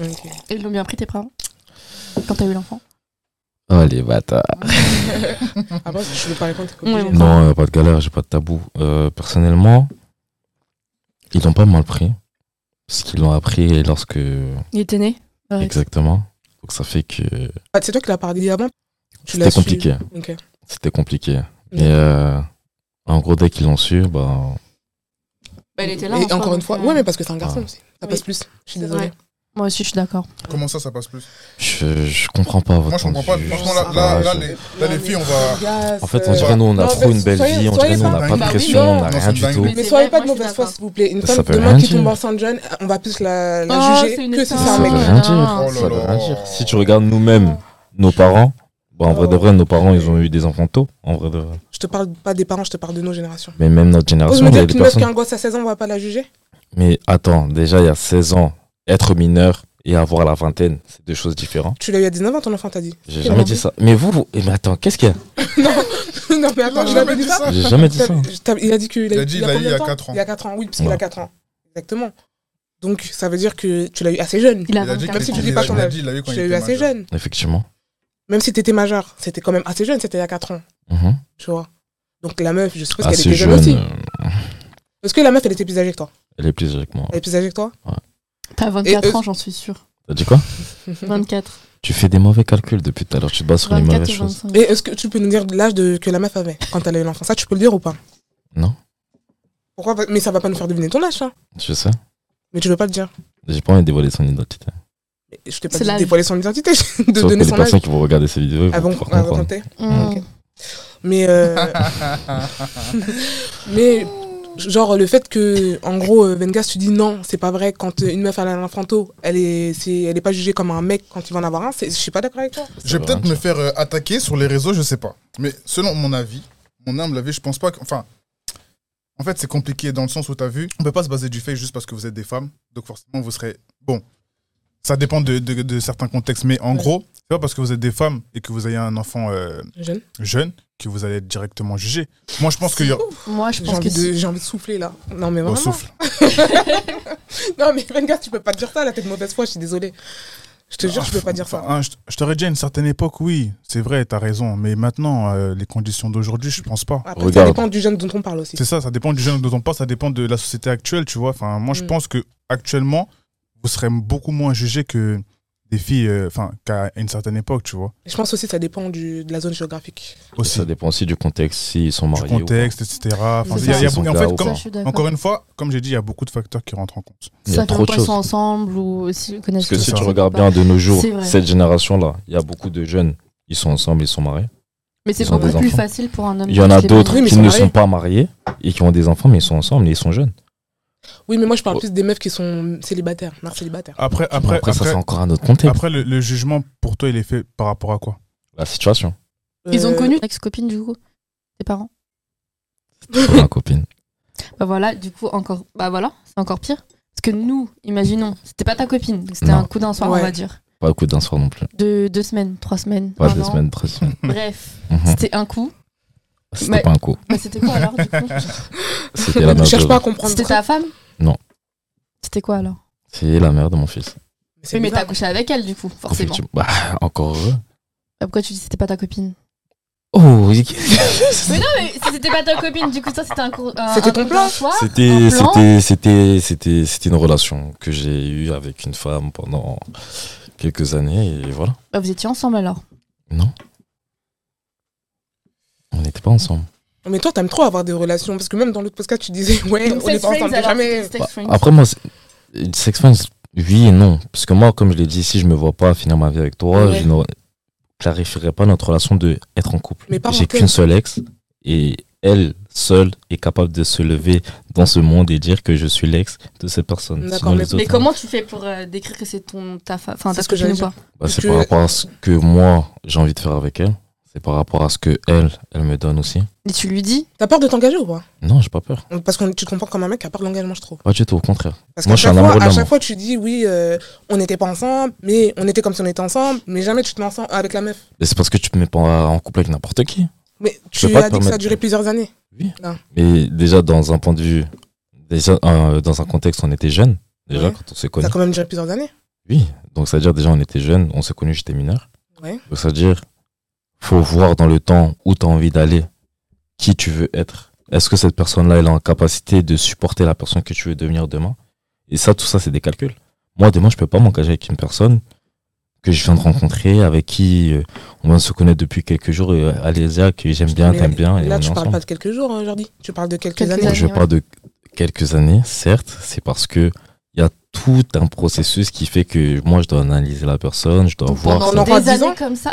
Speaker 1: Ok.
Speaker 2: ils l'ont bien pris, tes parents Quand t'as eu l'enfant
Speaker 3: Oh les bâtards.
Speaker 1: Après, si tu veux pas répondre, t'es pas
Speaker 2: Ouais,
Speaker 1: obligé.
Speaker 2: bon.
Speaker 3: Non, euh, pas de galère, j'ai pas de tabou. Euh, personnellement, ils l'ont pas mal pris. Parce qu'ils l'ont appris lorsque.
Speaker 2: Il était né Bah, Arrête.
Speaker 3: Exactement. Donc ça fait que
Speaker 1: Ah, c'est toi qui l'as parlé avant Tu l'as
Speaker 3: c'était
Speaker 1: su.
Speaker 3: compliqué.
Speaker 1: Ok.
Speaker 3: C'était compliqué.
Speaker 1: Mm.
Speaker 3: Mais euh, en gros, dès qu'ils l'ont su, bah,
Speaker 2: Bah, il était là.
Speaker 1: Et
Speaker 2: en soi,
Speaker 1: encore une
Speaker 2: donc,
Speaker 1: fois,
Speaker 2: euh,
Speaker 1: ouais, mais parce que c'est un garçon
Speaker 3: Ah.
Speaker 1: aussi. Ça passe
Speaker 2: Oui.
Speaker 1: plus. Je suis
Speaker 2: C'est
Speaker 1: désolée.
Speaker 2: vrai. Moi aussi, je suis d'accord.
Speaker 4: Comment ça, ça passe plus
Speaker 3: je, je comprends pas votre
Speaker 4: Moi, je
Speaker 3: point de
Speaker 4: comprends pas.
Speaker 3: vue.
Speaker 4: Franchement,
Speaker 3: Je
Speaker 4: là,
Speaker 3: sais
Speaker 4: là,
Speaker 3: pas,
Speaker 4: là,
Speaker 3: je-
Speaker 4: les, là, les filles, on va.
Speaker 3: En fait, on dirait nous, on a
Speaker 1: Non,
Speaker 3: trop
Speaker 1: mais
Speaker 3: une belle
Speaker 1: soyez-
Speaker 3: vie, on
Speaker 1: soyez
Speaker 3: dirait nous, on n'a
Speaker 4: pas-
Speaker 3: pas de
Speaker 4: Bah oui,
Speaker 3: pression, on n'a
Speaker 4: non.
Speaker 3: rien
Speaker 4: C'est
Speaker 3: du
Speaker 4: dingue.
Speaker 3: tout.
Speaker 1: Mais
Speaker 2: C'est
Speaker 1: soyez
Speaker 2: vrai,
Speaker 1: pas de
Speaker 2: moi, je suis
Speaker 1: mauvaise foi,
Speaker 2: d'accord.
Speaker 1: s'il vous plaît. Une
Speaker 3: Ça
Speaker 1: femme
Speaker 3: veut
Speaker 1: demain
Speaker 3: rien
Speaker 1: qui tombe
Speaker 3: dire.
Speaker 1: enceinte jeune, on va plus la, la
Speaker 2: Oh, c'est
Speaker 1: juger
Speaker 2: une
Speaker 1: que si c'est
Speaker 2: expérience.
Speaker 1: un
Speaker 3: Ça
Speaker 1: mec.
Speaker 3: veut
Speaker 2: mec.
Speaker 3: rien
Speaker 4: Oh
Speaker 3: dire.
Speaker 4: là
Speaker 3: Ça veut
Speaker 4: là.
Speaker 3: rien dire. Si tu regardes nous-mêmes, nos parents, bah, en vrai de vrai, nos parents, ils ont eu des enfants tôt. En vrai de vrai.
Speaker 1: Je te parle pas des parents, je te parle de nos générations.
Speaker 3: Mais même notre
Speaker 1: Ose
Speaker 3: génération,
Speaker 1: me
Speaker 3: Ah, il y a
Speaker 1: dire
Speaker 3: des
Speaker 1: qu'une meuf qui a
Speaker 3: personnes.
Speaker 1: un gosse à 16 ans, on va pas la juger
Speaker 3: Mais attends, déjà, il y a 16 ans, être mineur et avoir la vingtaine, c'est deux choses différentes.
Speaker 1: Tu l'as eu à 19 ans, ton enfant t'a dit. <laughs>
Speaker 3: J'ai
Speaker 1: Et
Speaker 3: jamais dit ça. Mais vous, vous. eh, Mais attends, qu'est-ce qu'il y a
Speaker 1: non, mais attends,
Speaker 4: Non,
Speaker 1: tu l'as
Speaker 4: j'ai jamais dit ça.
Speaker 3: J'ai jamais dit
Speaker 1: T'as-
Speaker 3: ça.
Speaker 1: t'as- Il a dit qu'il
Speaker 4: Il
Speaker 1: a,
Speaker 4: a dit, il l'a eu
Speaker 1: combien
Speaker 4: il y a
Speaker 1: de temps
Speaker 4: quatre ans.
Speaker 1: Il y a 4 ans, oui, parce qu'il
Speaker 3: Ouais.
Speaker 1: a 4 ans. Exactement. Donc, ça veut dire que tu l'as eu assez jeune.
Speaker 2: Il a
Speaker 4: Il a dit
Speaker 2: 24
Speaker 1: Même si
Speaker 4: qu'il-
Speaker 1: tu dis
Speaker 4: il
Speaker 1: pas
Speaker 4: a-
Speaker 1: ton
Speaker 4: il a
Speaker 1: âge,
Speaker 4: dit, il l'a eu
Speaker 1: Tu
Speaker 4: quand il
Speaker 1: l'as eu
Speaker 4: était
Speaker 1: assez
Speaker 4: majeur.
Speaker 1: jeune.
Speaker 3: Effectivement.
Speaker 1: Même si t'étais majeur, c'était quand même assez jeune, c'était il y a 4 ans,
Speaker 3: Mhm.
Speaker 1: tu vois. Donc, la meuf, je suppose qu'elle
Speaker 3: Assez
Speaker 1: était jeune,
Speaker 3: jeune.
Speaker 1: aussi.
Speaker 3: euh,
Speaker 1: Est-ce que la meuf, elle était plus âgée que toi
Speaker 3: Elle est plus âgée que moi.
Speaker 1: Elle est plus âgée que toi
Speaker 2: T'as
Speaker 1: Et euh,
Speaker 2: 24
Speaker 1: eux-
Speaker 2: ans, j'en
Speaker 1: <laughs>
Speaker 2: suis sûre.
Speaker 3: T'as dit quoi
Speaker 2: 24.
Speaker 3: Tu fais des mauvais calculs depuis tout à l'heure. Tu te bases sur les
Speaker 2: 24
Speaker 3: mauvaises
Speaker 2: ou
Speaker 3: choses.
Speaker 2: 25.
Speaker 1: Et est-ce que tu peux nous dire l'âge de- que la meuf avait quand elle a eu l'enfant Ça, tu peux le dire ou pas
Speaker 3: Non.
Speaker 1: Pourquoi pas- Mais ça va pas nous faire deviner ton âge, hein.
Speaker 3: Je sais.
Speaker 1: Mais tu veux pas le dire.
Speaker 3: J'ai pas envie de dévoiler son identité.
Speaker 1: Je t'ai pas
Speaker 2: C'est
Speaker 1: dit
Speaker 2: la
Speaker 1: de dévoiler son <laughs> identité, de
Speaker 3: Sauf que
Speaker 1: donner
Speaker 3: les
Speaker 1: son âge.
Speaker 3: personnes qui vont regarder ces vidéos, ils
Speaker 1: Ah
Speaker 3: vont
Speaker 1: bon,
Speaker 3: pouvoir
Speaker 1: ah,
Speaker 3: comprendre.
Speaker 1: racontez.
Speaker 2: Hmm.
Speaker 1: Ok. Mais, euh, <laughs> mais genre le fait que, en gros, euh, Vengas, tu dis non, c'est pas vrai, quand euh, une meuf elle a un infanto, elle est, c'est- elle est pas jugée comme un mec quand il va en avoir un, c'est- je suis pas d'accord avec toi.
Speaker 3: Ça
Speaker 5: Je
Speaker 3: va,
Speaker 5: vais peut-être
Speaker 3: ça.
Speaker 5: me faire euh, attaquer sur les réseaux, je sais pas. Mais selon mon avis, mon humble avis, je pense pas que. Enfin, en fait, c'est compliqué dans le sens où t'as vu, on peut pas se baser du fait juste parce que vous êtes des femmes. Donc forcément, vous serez. Bon, ça dépend de, de- de certains contextes, mais en
Speaker 1: Ouais.
Speaker 5: gros, c'est pas parce que vous êtes des femmes et que vous ayez un enfant euh,
Speaker 1: Jeune.
Speaker 5: jeune que vous allez être directement jugé. Moi, je pense qu'il y a. Oh,
Speaker 2: Moi, je
Speaker 1: J'ai
Speaker 2: pense que
Speaker 1: envie, de,
Speaker 2: si-
Speaker 1: j'ai envie de souffler là. Non mais
Speaker 5: Au
Speaker 1: vraiment.
Speaker 5: souffle.
Speaker 1: non mais Vengas, tu peux pas dire ça là, t'es de mauvaise foi, je suis désolée. Je te jure, je peux pas dire ça.
Speaker 5: Enfin,
Speaker 1: Bah,
Speaker 5: hein, je t- je t'aurais dit à une certaine époque, oui, c'est vrai, t'as raison. Mais maintenant, euh, les conditions d'aujourd'hui, je pense pas.
Speaker 1: Après, ça
Speaker 3: regarde.
Speaker 1: dépend du jeune dont on parle aussi.
Speaker 5: C'est ça, ça dépend du jeune dont on parle, ça dépend de la société actuelle, tu vois. Enfin, moi, je
Speaker 1: Mm.
Speaker 5: pense que actuellement, vous serez beaucoup moins jugé que des filles, euh, enfin, qu'à une certaine époque, tu vois.
Speaker 1: Je pense aussi que ça dépend du, de la zone géographique.
Speaker 5: Aussi,
Speaker 3: Ça dépend aussi du contexte, s'ils sont
Speaker 5: du
Speaker 3: mariés. ou pas.
Speaker 5: contexte, etc. Enfin,
Speaker 2: C'est
Speaker 5: il y a-
Speaker 2: ça.
Speaker 5: il y a
Speaker 3: Ils sont
Speaker 5: beaucoup- en
Speaker 3: gars
Speaker 5: fait,
Speaker 3: ou
Speaker 5: comme-
Speaker 2: ça,
Speaker 3: pas.
Speaker 2: je suis d'accord.
Speaker 5: encore une fois, comme j'ai dit, il y a beaucoup de facteurs qui rentrent en compte.
Speaker 3: Il y a
Speaker 2: Ça,
Speaker 3: trop
Speaker 2: quand
Speaker 3: de
Speaker 2: ils
Speaker 3: choses.
Speaker 2: sont ensemble ou aussi connaissent
Speaker 3: Parce que
Speaker 5: C'est
Speaker 3: si
Speaker 5: ça.
Speaker 3: tu regardes bien de nos jours,
Speaker 2: C'est vrai.
Speaker 3: cette génération-là, il y a beaucoup de jeunes, ils sont ensemble, ils sont mariés.
Speaker 2: Mais c'est
Speaker 3: Ils ont
Speaker 2: beaucoup
Speaker 3: des
Speaker 2: plus
Speaker 3: enfants.
Speaker 2: facile pour un homme.
Speaker 3: Il y en a
Speaker 2: qui les
Speaker 3: d'autres
Speaker 1: Oui, mais ils
Speaker 2: marier.
Speaker 3: qui
Speaker 1: sont
Speaker 3: ne
Speaker 1: mariés.
Speaker 3: sont pas mariés et qui ont des enfants, mais ils sont ensemble et ils sont jeunes.
Speaker 1: Oui, mais moi je parle
Speaker 3: Oh.
Speaker 1: plus des meufs qui sont célibataires, mères célibataires.
Speaker 5: Après,
Speaker 3: Après,
Speaker 5: après, après,
Speaker 3: ça, c'est
Speaker 5: après,
Speaker 3: encore un autre contexte.
Speaker 5: le, le jugement, pour toi, il est fait par rapport à quoi
Speaker 3: La situation.
Speaker 2: Ils ont
Speaker 1: Euh,
Speaker 3: <laughs>
Speaker 2: connu ex-copine du coup, tes parents.
Speaker 3: Pour ma copine.
Speaker 2: Bah voilà, du coup encore, bah voilà, c'est encore pire. Parce que nous, imaginons, c'était pas ta copine, donc c'était
Speaker 3: Non.
Speaker 2: un coup d'un soir,
Speaker 1: Ouais.
Speaker 2: on va dire,
Speaker 3: Pas le coup d'un soir non plus.
Speaker 2: de deux semaines, trois semaines,
Speaker 3: Pas
Speaker 2: un
Speaker 3: deux
Speaker 2: an.
Speaker 3: semaines, trois
Speaker 2: <laughs>
Speaker 3: semaines. <laughs>
Speaker 2: Bref,
Speaker 3: Mhm.
Speaker 2: c'était un coup.
Speaker 3: C'était
Speaker 2: Mais-
Speaker 3: pas un coup.
Speaker 2: Bah, c'était quoi <laughs> alors du coup
Speaker 3: C'était la
Speaker 1: Tu
Speaker 3: mère
Speaker 1: cherches pas à
Speaker 3: de...
Speaker 1: comprendre.
Speaker 2: C'était ta femme
Speaker 3: Non.
Speaker 2: C'était quoi alors
Speaker 3: C'est la mère de mon fils.
Speaker 1: C'est
Speaker 2: Oui, mais t'as
Speaker 1: bizarre.
Speaker 2: couché avec elle du coup, forcément.
Speaker 3: Effectivement. Bah, encore heureux.
Speaker 2: Bah, pourquoi tu dis que c'était pas ta copine
Speaker 3: Oh, oui.
Speaker 2: Mais non, mais si c'était pas ta copine, du coup ça c'était un coup. un-
Speaker 1: C'était
Speaker 2: un
Speaker 1: ton
Speaker 2: coup
Speaker 1: plan.
Speaker 2: d'un soir.
Speaker 3: C'était,
Speaker 2: un plan.
Speaker 3: c'était, c'était, c'était, c'était une relation que j'ai eue avec une femme pendant quelques années et voilà.
Speaker 2: Bah, vous étiez ensemble alors.
Speaker 3: Non. On n'était pas ensemble.
Speaker 1: Mais toi, t'aimes trop avoir des relations. Parce que même dans l'autre podcast, tu disais, <laughs> ouais,
Speaker 2: Donc,
Speaker 1: on n'est
Speaker 2: sex
Speaker 1: pas
Speaker 2: friends,
Speaker 1: ensemble, t'es
Speaker 2: alors,
Speaker 1: jamais.
Speaker 2: c'était
Speaker 3: Bah,
Speaker 2: sex friends.
Speaker 3: après moi, c'est- une sex friends, oui et non. Parce que moi, comme je l'ai dit, si je me vois pas finir ma vie avec toi,
Speaker 1: Ouais.
Speaker 3: je ne clarifierai pas notre relation de être en couple.
Speaker 1: Mais pas en
Speaker 3: J'ai
Speaker 1: couple.
Speaker 3: qu'une seule ex et elle seule est capable de se lever dans ce monde et dire que je suis l'ex de cette personne.
Speaker 1: D'accord,
Speaker 3: Sinon,
Speaker 1: mais-
Speaker 3: les
Speaker 2: Mais
Speaker 3: autres,
Speaker 2: comment tu fais pour euh, décrire que c'est ton ta fa- enfin
Speaker 1: C'est
Speaker 2: ta
Speaker 1: ce que
Speaker 2: copine ou
Speaker 1: j'allais
Speaker 2: pas
Speaker 3: Bah, c'est
Speaker 1: que-
Speaker 3: par rapport à ce que moi j'ai envie de faire avec elle. C'est par rapport à ce que elle, elle me donne aussi.
Speaker 2: Et tu lui dis
Speaker 1: T'as peur de t'engager ou pas
Speaker 3: Non, j'ai pas peur.
Speaker 1: Parce que tu te comprends comme un mec qui a peur de l'engagement, je trouve.
Speaker 3: Pas du tout, au contraire.
Speaker 1: Parce
Speaker 3: Moi,
Speaker 1: qu'à
Speaker 3: je suis
Speaker 1: chaque,
Speaker 3: un amoureux
Speaker 1: fois,
Speaker 3: de
Speaker 1: à
Speaker 3: l'amour.
Speaker 1: chaque fois, tu dis, oui, euh, on n'était pas ensemble, mais on était comme si on était ensemble, mais jamais tu te mets ensemble euh, avec la meuf.
Speaker 3: Et c'est parce que tu te mets pas en couple avec n'importe qui.
Speaker 1: Mais
Speaker 3: Je
Speaker 1: tu
Speaker 3: peux pas
Speaker 1: as
Speaker 3: te
Speaker 1: dit que ça a
Speaker 3: permettre.
Speaker 1: duré plusieurs années.
Speaker 3: Mais déjà, dans un point de vue, déjà, euh, dans un contexte, on était jeunes. Déjà,
Speaker 1: Ouais.
Speaker 3: quand on s'est
Speaker 1: Ça
Speaker 3: connus.
Speaker 1: a quand même duré plusieurs années.
Speaker 3: Oui. Donc, ça veut dire, déjà, on était jeunes, on s'est connus, j'étais mineur.
Speaker 1: Ouais.
Speaker 3: Donc, ça veut dire, faut voir dans le temps où tu as envie d'aller, qui tu veux être. Est-ce que cette personne-là, elle est en capacité de supporter la personne que tu veux devenir demain Et ça, tout ça, c'est des calculs. Moi, demain, je peux pas m'engager avec une personne que je viens de rencontrer, avec qui euh, on vient de se connaître depuis quelques jours, et euh, Alésia, que j'aime bien,
Speaker 1: Mais
Speaker 3: t'aimes bien, et
Speaker 1: Là,
Speaker 3: on est
Speaker 1: tu parles
Speaker 3: ensemble.
Speaker 1: pas de quelques jours, hein, Jordi. Tu parles de quelques,
Speaker 2: Quelques
Speaker 1: années.
Speaker 2: années.
Speaker 3: Je parle de quelques années, certes, c'est parce que il y a tout un processus qui fait que moi, je dois analyser la personne, je dois
Speaker 1: Donc,
Speaker 3: voir.
Speaker 1: pendant
Speaker 3: sa-
Speaker 1: On aura
Speaker 2: des
Speaker 1: 10 ans.
Speaker 2: années <laughs> comme ça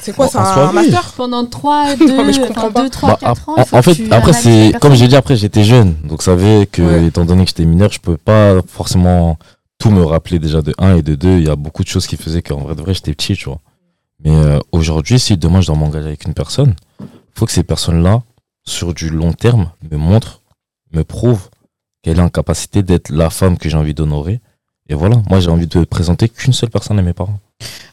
Speaker 1: C'est quoi,
Speaker 3: En-
Speaker 1: c'est
Speaker 3: en
Speaker 1: un
Speaker 3: soirée.
Speaker 1: master
Speaker 2: pendant 3
Speaker 1: mais
Speaker 2: 2
Speaker 1: je comprends pas.
Speaker 2: 2 3
Speaker 3: Bah,
Speaker 2: 4 ans.
Speaker 3: en-
Speaker 2: il faut
Speaker 3: en
Speaker 2: que
Speaker 3: fait,
Speaker 2: tu
Speaker 3: après,
Speaker 2: analyses
Speaker 3: c'est
Speaker 2: la
Speaker 3: comme
Speaker 2: personne.
Speaker 3: j'ai dit, après, j'étais jeune. Donc, ça savez que,
Speaker 1: Ouais.
Speaker 3: étant donné que j'étais mineur, je peux pas forcément tout me rappeler déjà de 1 et de 2. Il y a beaucoup de choses qui faisaient qu'en vrai de vrai, j'étais petit, tu vois. Mais euh, aujourd'hui, si demain je dois m'engager avec une personne, faut que ces personnes-là, sur du long terme, me montrent, me prouvent qu'elle est en capacité d'être la femme que j'ai envie d'honorer. Et voilà, moi, j'ai envie de présenter qu'une seule personne à mes parents.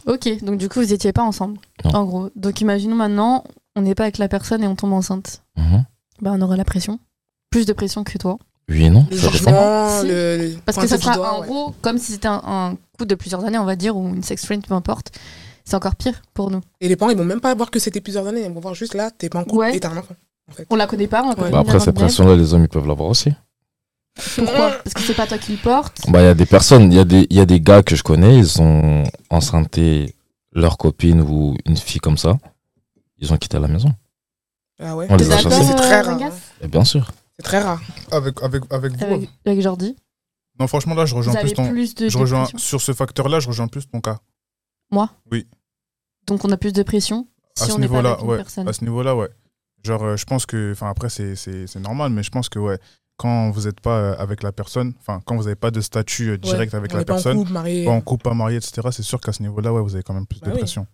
Speaker 2: OK, donc du coup, vous étiez pas ensemble
Speaker 3: Non.
Speaker 2: en gros. Donc imaginons maintenant, on n'est pas avec la personne et on tombe enceinte.
Speaker 3: Mhm.
Speaker 2: Bah on aura la pression. Plus de pression que toi
Speaker 3: Oui et non,
Speaker 1: Le
Speaker 3: ça dépend.
Speaker 1: jugement,
Speaker 2: Si.
Speaker 1: le. le
Speaker 2: parce que
Speaker 1: pointer
Speaker 2: ça
Speaker 1: du
Speaker 2: sera
Speaker 1: doigt,
Speaker 2: en
Speaker 1: ouais.
Speaker 2: gros comme si c'était un, un coup de plusieurs années, on va dire ou une sex friend peu importe. C'est encore pire pour nous.
Speaker 1: Et les parents, ils vont même pas voir que c'était plusieurs années. Ils vont voir juste là, t'es pas en couple
Speaker 2: Ouais.
Speaker 1: et t'as un enfant.
Speaker 2: On la connaît pas, on la connaît
Speaker 1: Ouais.
Speaker 3: Bah,
Speaker 2: ni
Speaker 3: après,
Speaker 2: la
Speaker 3: cette
Speaker 2: bande-mère.
Speaker 3: pression-là, les hommes, ils peuvent l'avoir aussi.
Speaker 2: Pourquoi Parce que c'est pas toi qui le porte.
Speaker 3: Bah, il y a des personnes, il y, a des- il y a des gars que je connais, ils ont enceinté leur copine ou une fille comme ça. Ils ont quitté la maison.
Speaker 1: Ah ouais.
Speaker 3: On les
Speaker 2: T'es
Speaker 3: a chassés.
Speaker 2: d'accord,
Speaker 1: C'est très
Speaker 2: euh,
Speaker 1: rare.
Speaker 2: Vegas
Speaker 1: hein.
Speaker 3: Et bien sûr.
Speaker 1: C'est très rare.
Speaker 5: Avec, avec, avec vous,
Speaker 2: avec, avec Jordi
Speaker 4: Non, franchement, là, je
Speaker 2: Vous
Speaker 4: rejoins
Speaker 2: avez
Speaker 4: plus ton.
Speaker 2: plus de
Speaker 4: Je rejoins,
Speaker 2: dépression.
Speaker 4: sur ce facteur-là, je rejoins plus ton cas.
Speaker 2: Donc on a plus de pression
Speaker 4: à
Speaker 2: si
Speaker 4: ce
Speaker 2: on n'est pas
Speaker 4: niveau-là,
Speaker 2: avec une
Speaker 4: ouais.
Speaker 2: personne.
Speaker 4: À ce niveau-là, ouais. Genre, euh, je pense que, enfin, après, c'est- c'est c'est normal, mais je pense que, ouais, quand vous n'êtes pas euh, avec la personne, enfin, quand vous n'avez pas de statut euh, direct avec
Speaker 1: on
Speaker 4: la
Speaker 1: est pas en
Speaker 4: personne,
Speaker 1: couple, marié.
Speaker 4: pas en couple, pas marié, etc., c'est sûr qu'à ce niveau-là, ouais, vous avez quand même plus
Speaker 1: Bah
Speaker 4: de
Speaker 1: oui.
Speaker 4: pression.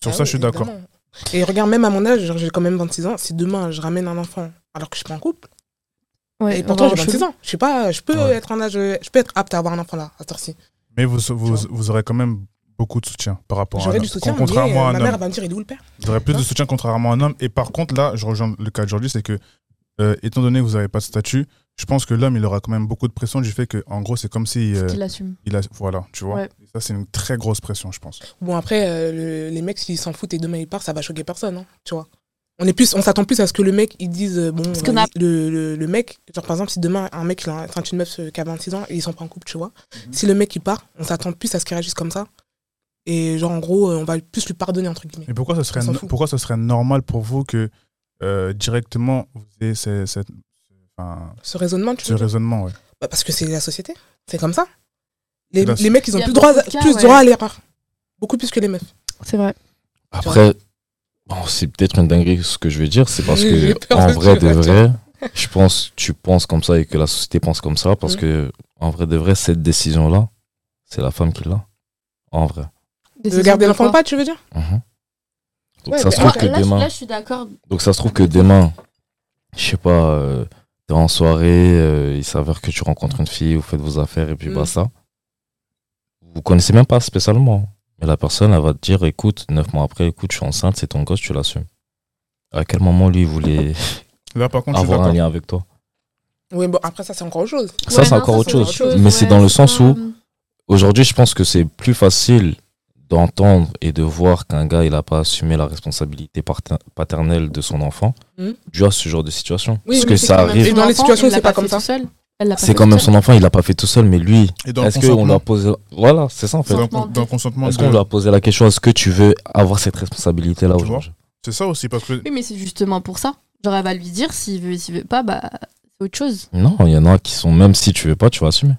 Speaker 4: Sur
Speaker 1: Ah
Speaker 4: ça,
Speaker 1: oui,
Speaker 4: je suis d'accord.
Speaker 1: évidemment. Et regarde, même à mon âge, genre, j'ai quand même 26 ans. Si demain je ramène un enfant alors que je suis pas en couple,
Speaker 2: Ouais,
Speaker 1: et
Speaker 2: on
Speaker 1: pourtant
Speaker 2: va
Speaker 1: j'ai
Speaker 2: avoir
Speaker 1: 26
Speaker 2: chaud.
Speaker 1: ans, je suis pas, je peux
Speaker 4: Ouais.
Speaker 1: être en âge, je peux être apte à avoir un enfant là à cette heure-ci.
Speaker 4: Mais vous, vous,
Speaker 1: Tu
Speaker 4: vous aurez quand même beaucoup de soutien par rapport à un
Speaker 1: J'aurais
Speaker 4: homme.
Speaker 1: du soutien,
Speaker 4: Con-
Speaker 1: mais euh,
Speaker 4: contrairement à
Speaker 1: ma
Speaker 4: un
Speaker 1: mère
Speaker 4: homme.
Speaker 1: elle va Hein? me dire il est où le père
Speaker 4: Vous aurez plus de soutien contrairement à un homme. Et par contre, là, je rejoins le cas d'aujourd'hui, c'est que, euh, étant donné que vous n'avez pas de statut, je pense que l'homme, il aura quand même beaucoup de pression du fait que, en gros, c'est comme si
Speaker 2: Faut
Speaker 4: euh,
Speaker 2: qu'il assume.
Speaker 4: il a, voilà, tu vois.
Speaker 2: Ouais.
Speaker 4: Et ça, c'est une très grosse pression, je pense.
Speaker 1: Bon après, euh, le- les mecs s'ils s'en foutent et demain ils partent, ça va choquer personne, hein, tu vois. On est plus, on s'attend plus à ce que le mec il dise euh, bon,
Speaker 2: qu'on
Speaker 1: vas-y,
Speaker 2: a-
Speaker 1: le, le- le mec, genre par exemple si demain un mec, il a- enfin une meuf euh, qui a 26 ans et ils sont pas en couple, tu vois.
Speaker 4: Mhm.
Speaker 1: Si le mec il part, on s'attend plus à ce qu'il réagisse comme ça. Et genre en gros, euh, on va plus lui pardonner entre guillemets.
Speaker 4: Mais pourquoi ce serait,
Speaker 1: On s'en
Speaker 4: no-
Speaker 1: fout.
Speaker 4: pourquoi ce serait normal pour vous que euh, directement vous ayez ce, cette- enfin,
Speaker 1: Ce raisonnement, tu
Speaker 4: ce
Speaker 1: vois.
Speaker 4: raisonnement ouais.
Speaker 1: Bah, parce que c'est la société. C'est comme ça. Les,
Speaker 4: La-
Speaker 1: les mecs, ils
Speaker 2: Il
Speaker 1: ont
Speaker 2: y a
Speaker 1: plus,
Speaker 2: beaucoup
Speaker 1: droit,
Speaker 2: de cas,
Speaker 1: plus
Speaker 2: ouais.
Speaker 1: droit à l'erreur. Beaucoup plus que les meufs.
Speaker 2: C'est vrai.
Speaker 3: Après, bon, c'est peut-être une dinguerie ce que je veux dire, c'est
Speaker 1: <laughs>
Speaker 3: parce
Speaker 1: J'ai
Speaker 3: que
Speaker 1: peur
Speaker 3: en
Speaker 1: de
Speaker 3: vrai
Speaker 1: ce que
Speaker 3: de
Speaker 1: tu vas
Speaker 3: vrai, je pense tu penses comme ça et que la société pense comme ça parce
Speaker 1: Mm.
Speaker 3: que en vrai de vrai cette décision là, c'est la femme qui l'a. En vrai.
Speaker 1: De Euh, garder l'enfant ou pas, tu veux dire
Speaker 3: Mhm. Donc
Speaker 1: Ouais,
Speaker 3: ça se
Speaker 1: mais
Speaker 3: trouve
Speaker 1: après,
Speaker 3: que
Speaker 2: là, je-
Speaker 3: demain,
Speaker 2: là, je suis d'accord.
Speaker 3: donc ça se trouve que demain, je sais pas, euh, t'es en soirée, euh, il s'avère que tu rencontres une fille, vous faites vos affaires et puis
Speaker 1: Mm.
Speaker 3: bah ça. Vous connaissez même pas spécialement. Mais la personne, elle va te dire, écoute, neuf mois après, écoute, je suis enceinte, c'est ton gosse, tu l'assumes. À quel moment lui il voulait
Speaker 4: Là, par contre, je suis
Speaker 3: <laughs> avoir un
Speaker 4: d'accord.
Speaker 3: lien avec toi
Speaker 1: Oui, bon, après, ça, c'est encore autre chose.
Speaker 3: Ça, c'est encore autre chose. Mais c'est dans le sens où- Aujourd'hui, je pense que c'est plus facile d'entendre et de voir qu'un gars, il n'a pas assumé la responsabilité parten- paternelle de son enfant
Speaker 1: Mhm.
Speaker 3: dû à ce genre de situation.
Speaker 1: Oui,
Speaker 3: Parce
Speaker 1: mais
Speaker 3: que
Speaker 1: c'est
Speaker 3: ça
Speaker 1: quand même-
Speaker 3: arrive.
Speaker 1: Et dans les situations où c'est pas comme ça.
Speaker 3: C'est quand même son enfant, il l'a pas fait tout seul, mais lui,
Speaker 4: Et dans le
Speaker 3: est-ce qu'on
Speaker 4: consentement,
Speaker 3: lui a posé. Voilà, c'est ça en fait.
Speaker 4: dans le con- dans le consentement
Speaker 3: Est-ce qu'on
Speaker 4: de-
Speaker 3: lui a posé la question est-ce que tu veux avoir cette responsabilité-là
Speaker 4: Tu vois
Speaker 3: aujourd'hui
Speaker 4: C'est ça aussi, parce que
Speaker 2: Oui, mais c'est justement pour ça. Genre, elle va lui dire s'il veut, s'il veut pas, bah c'est autre chose.
Speaker 3: Non, il y en a qui sont, même si tu veux pas, tu vas assumer.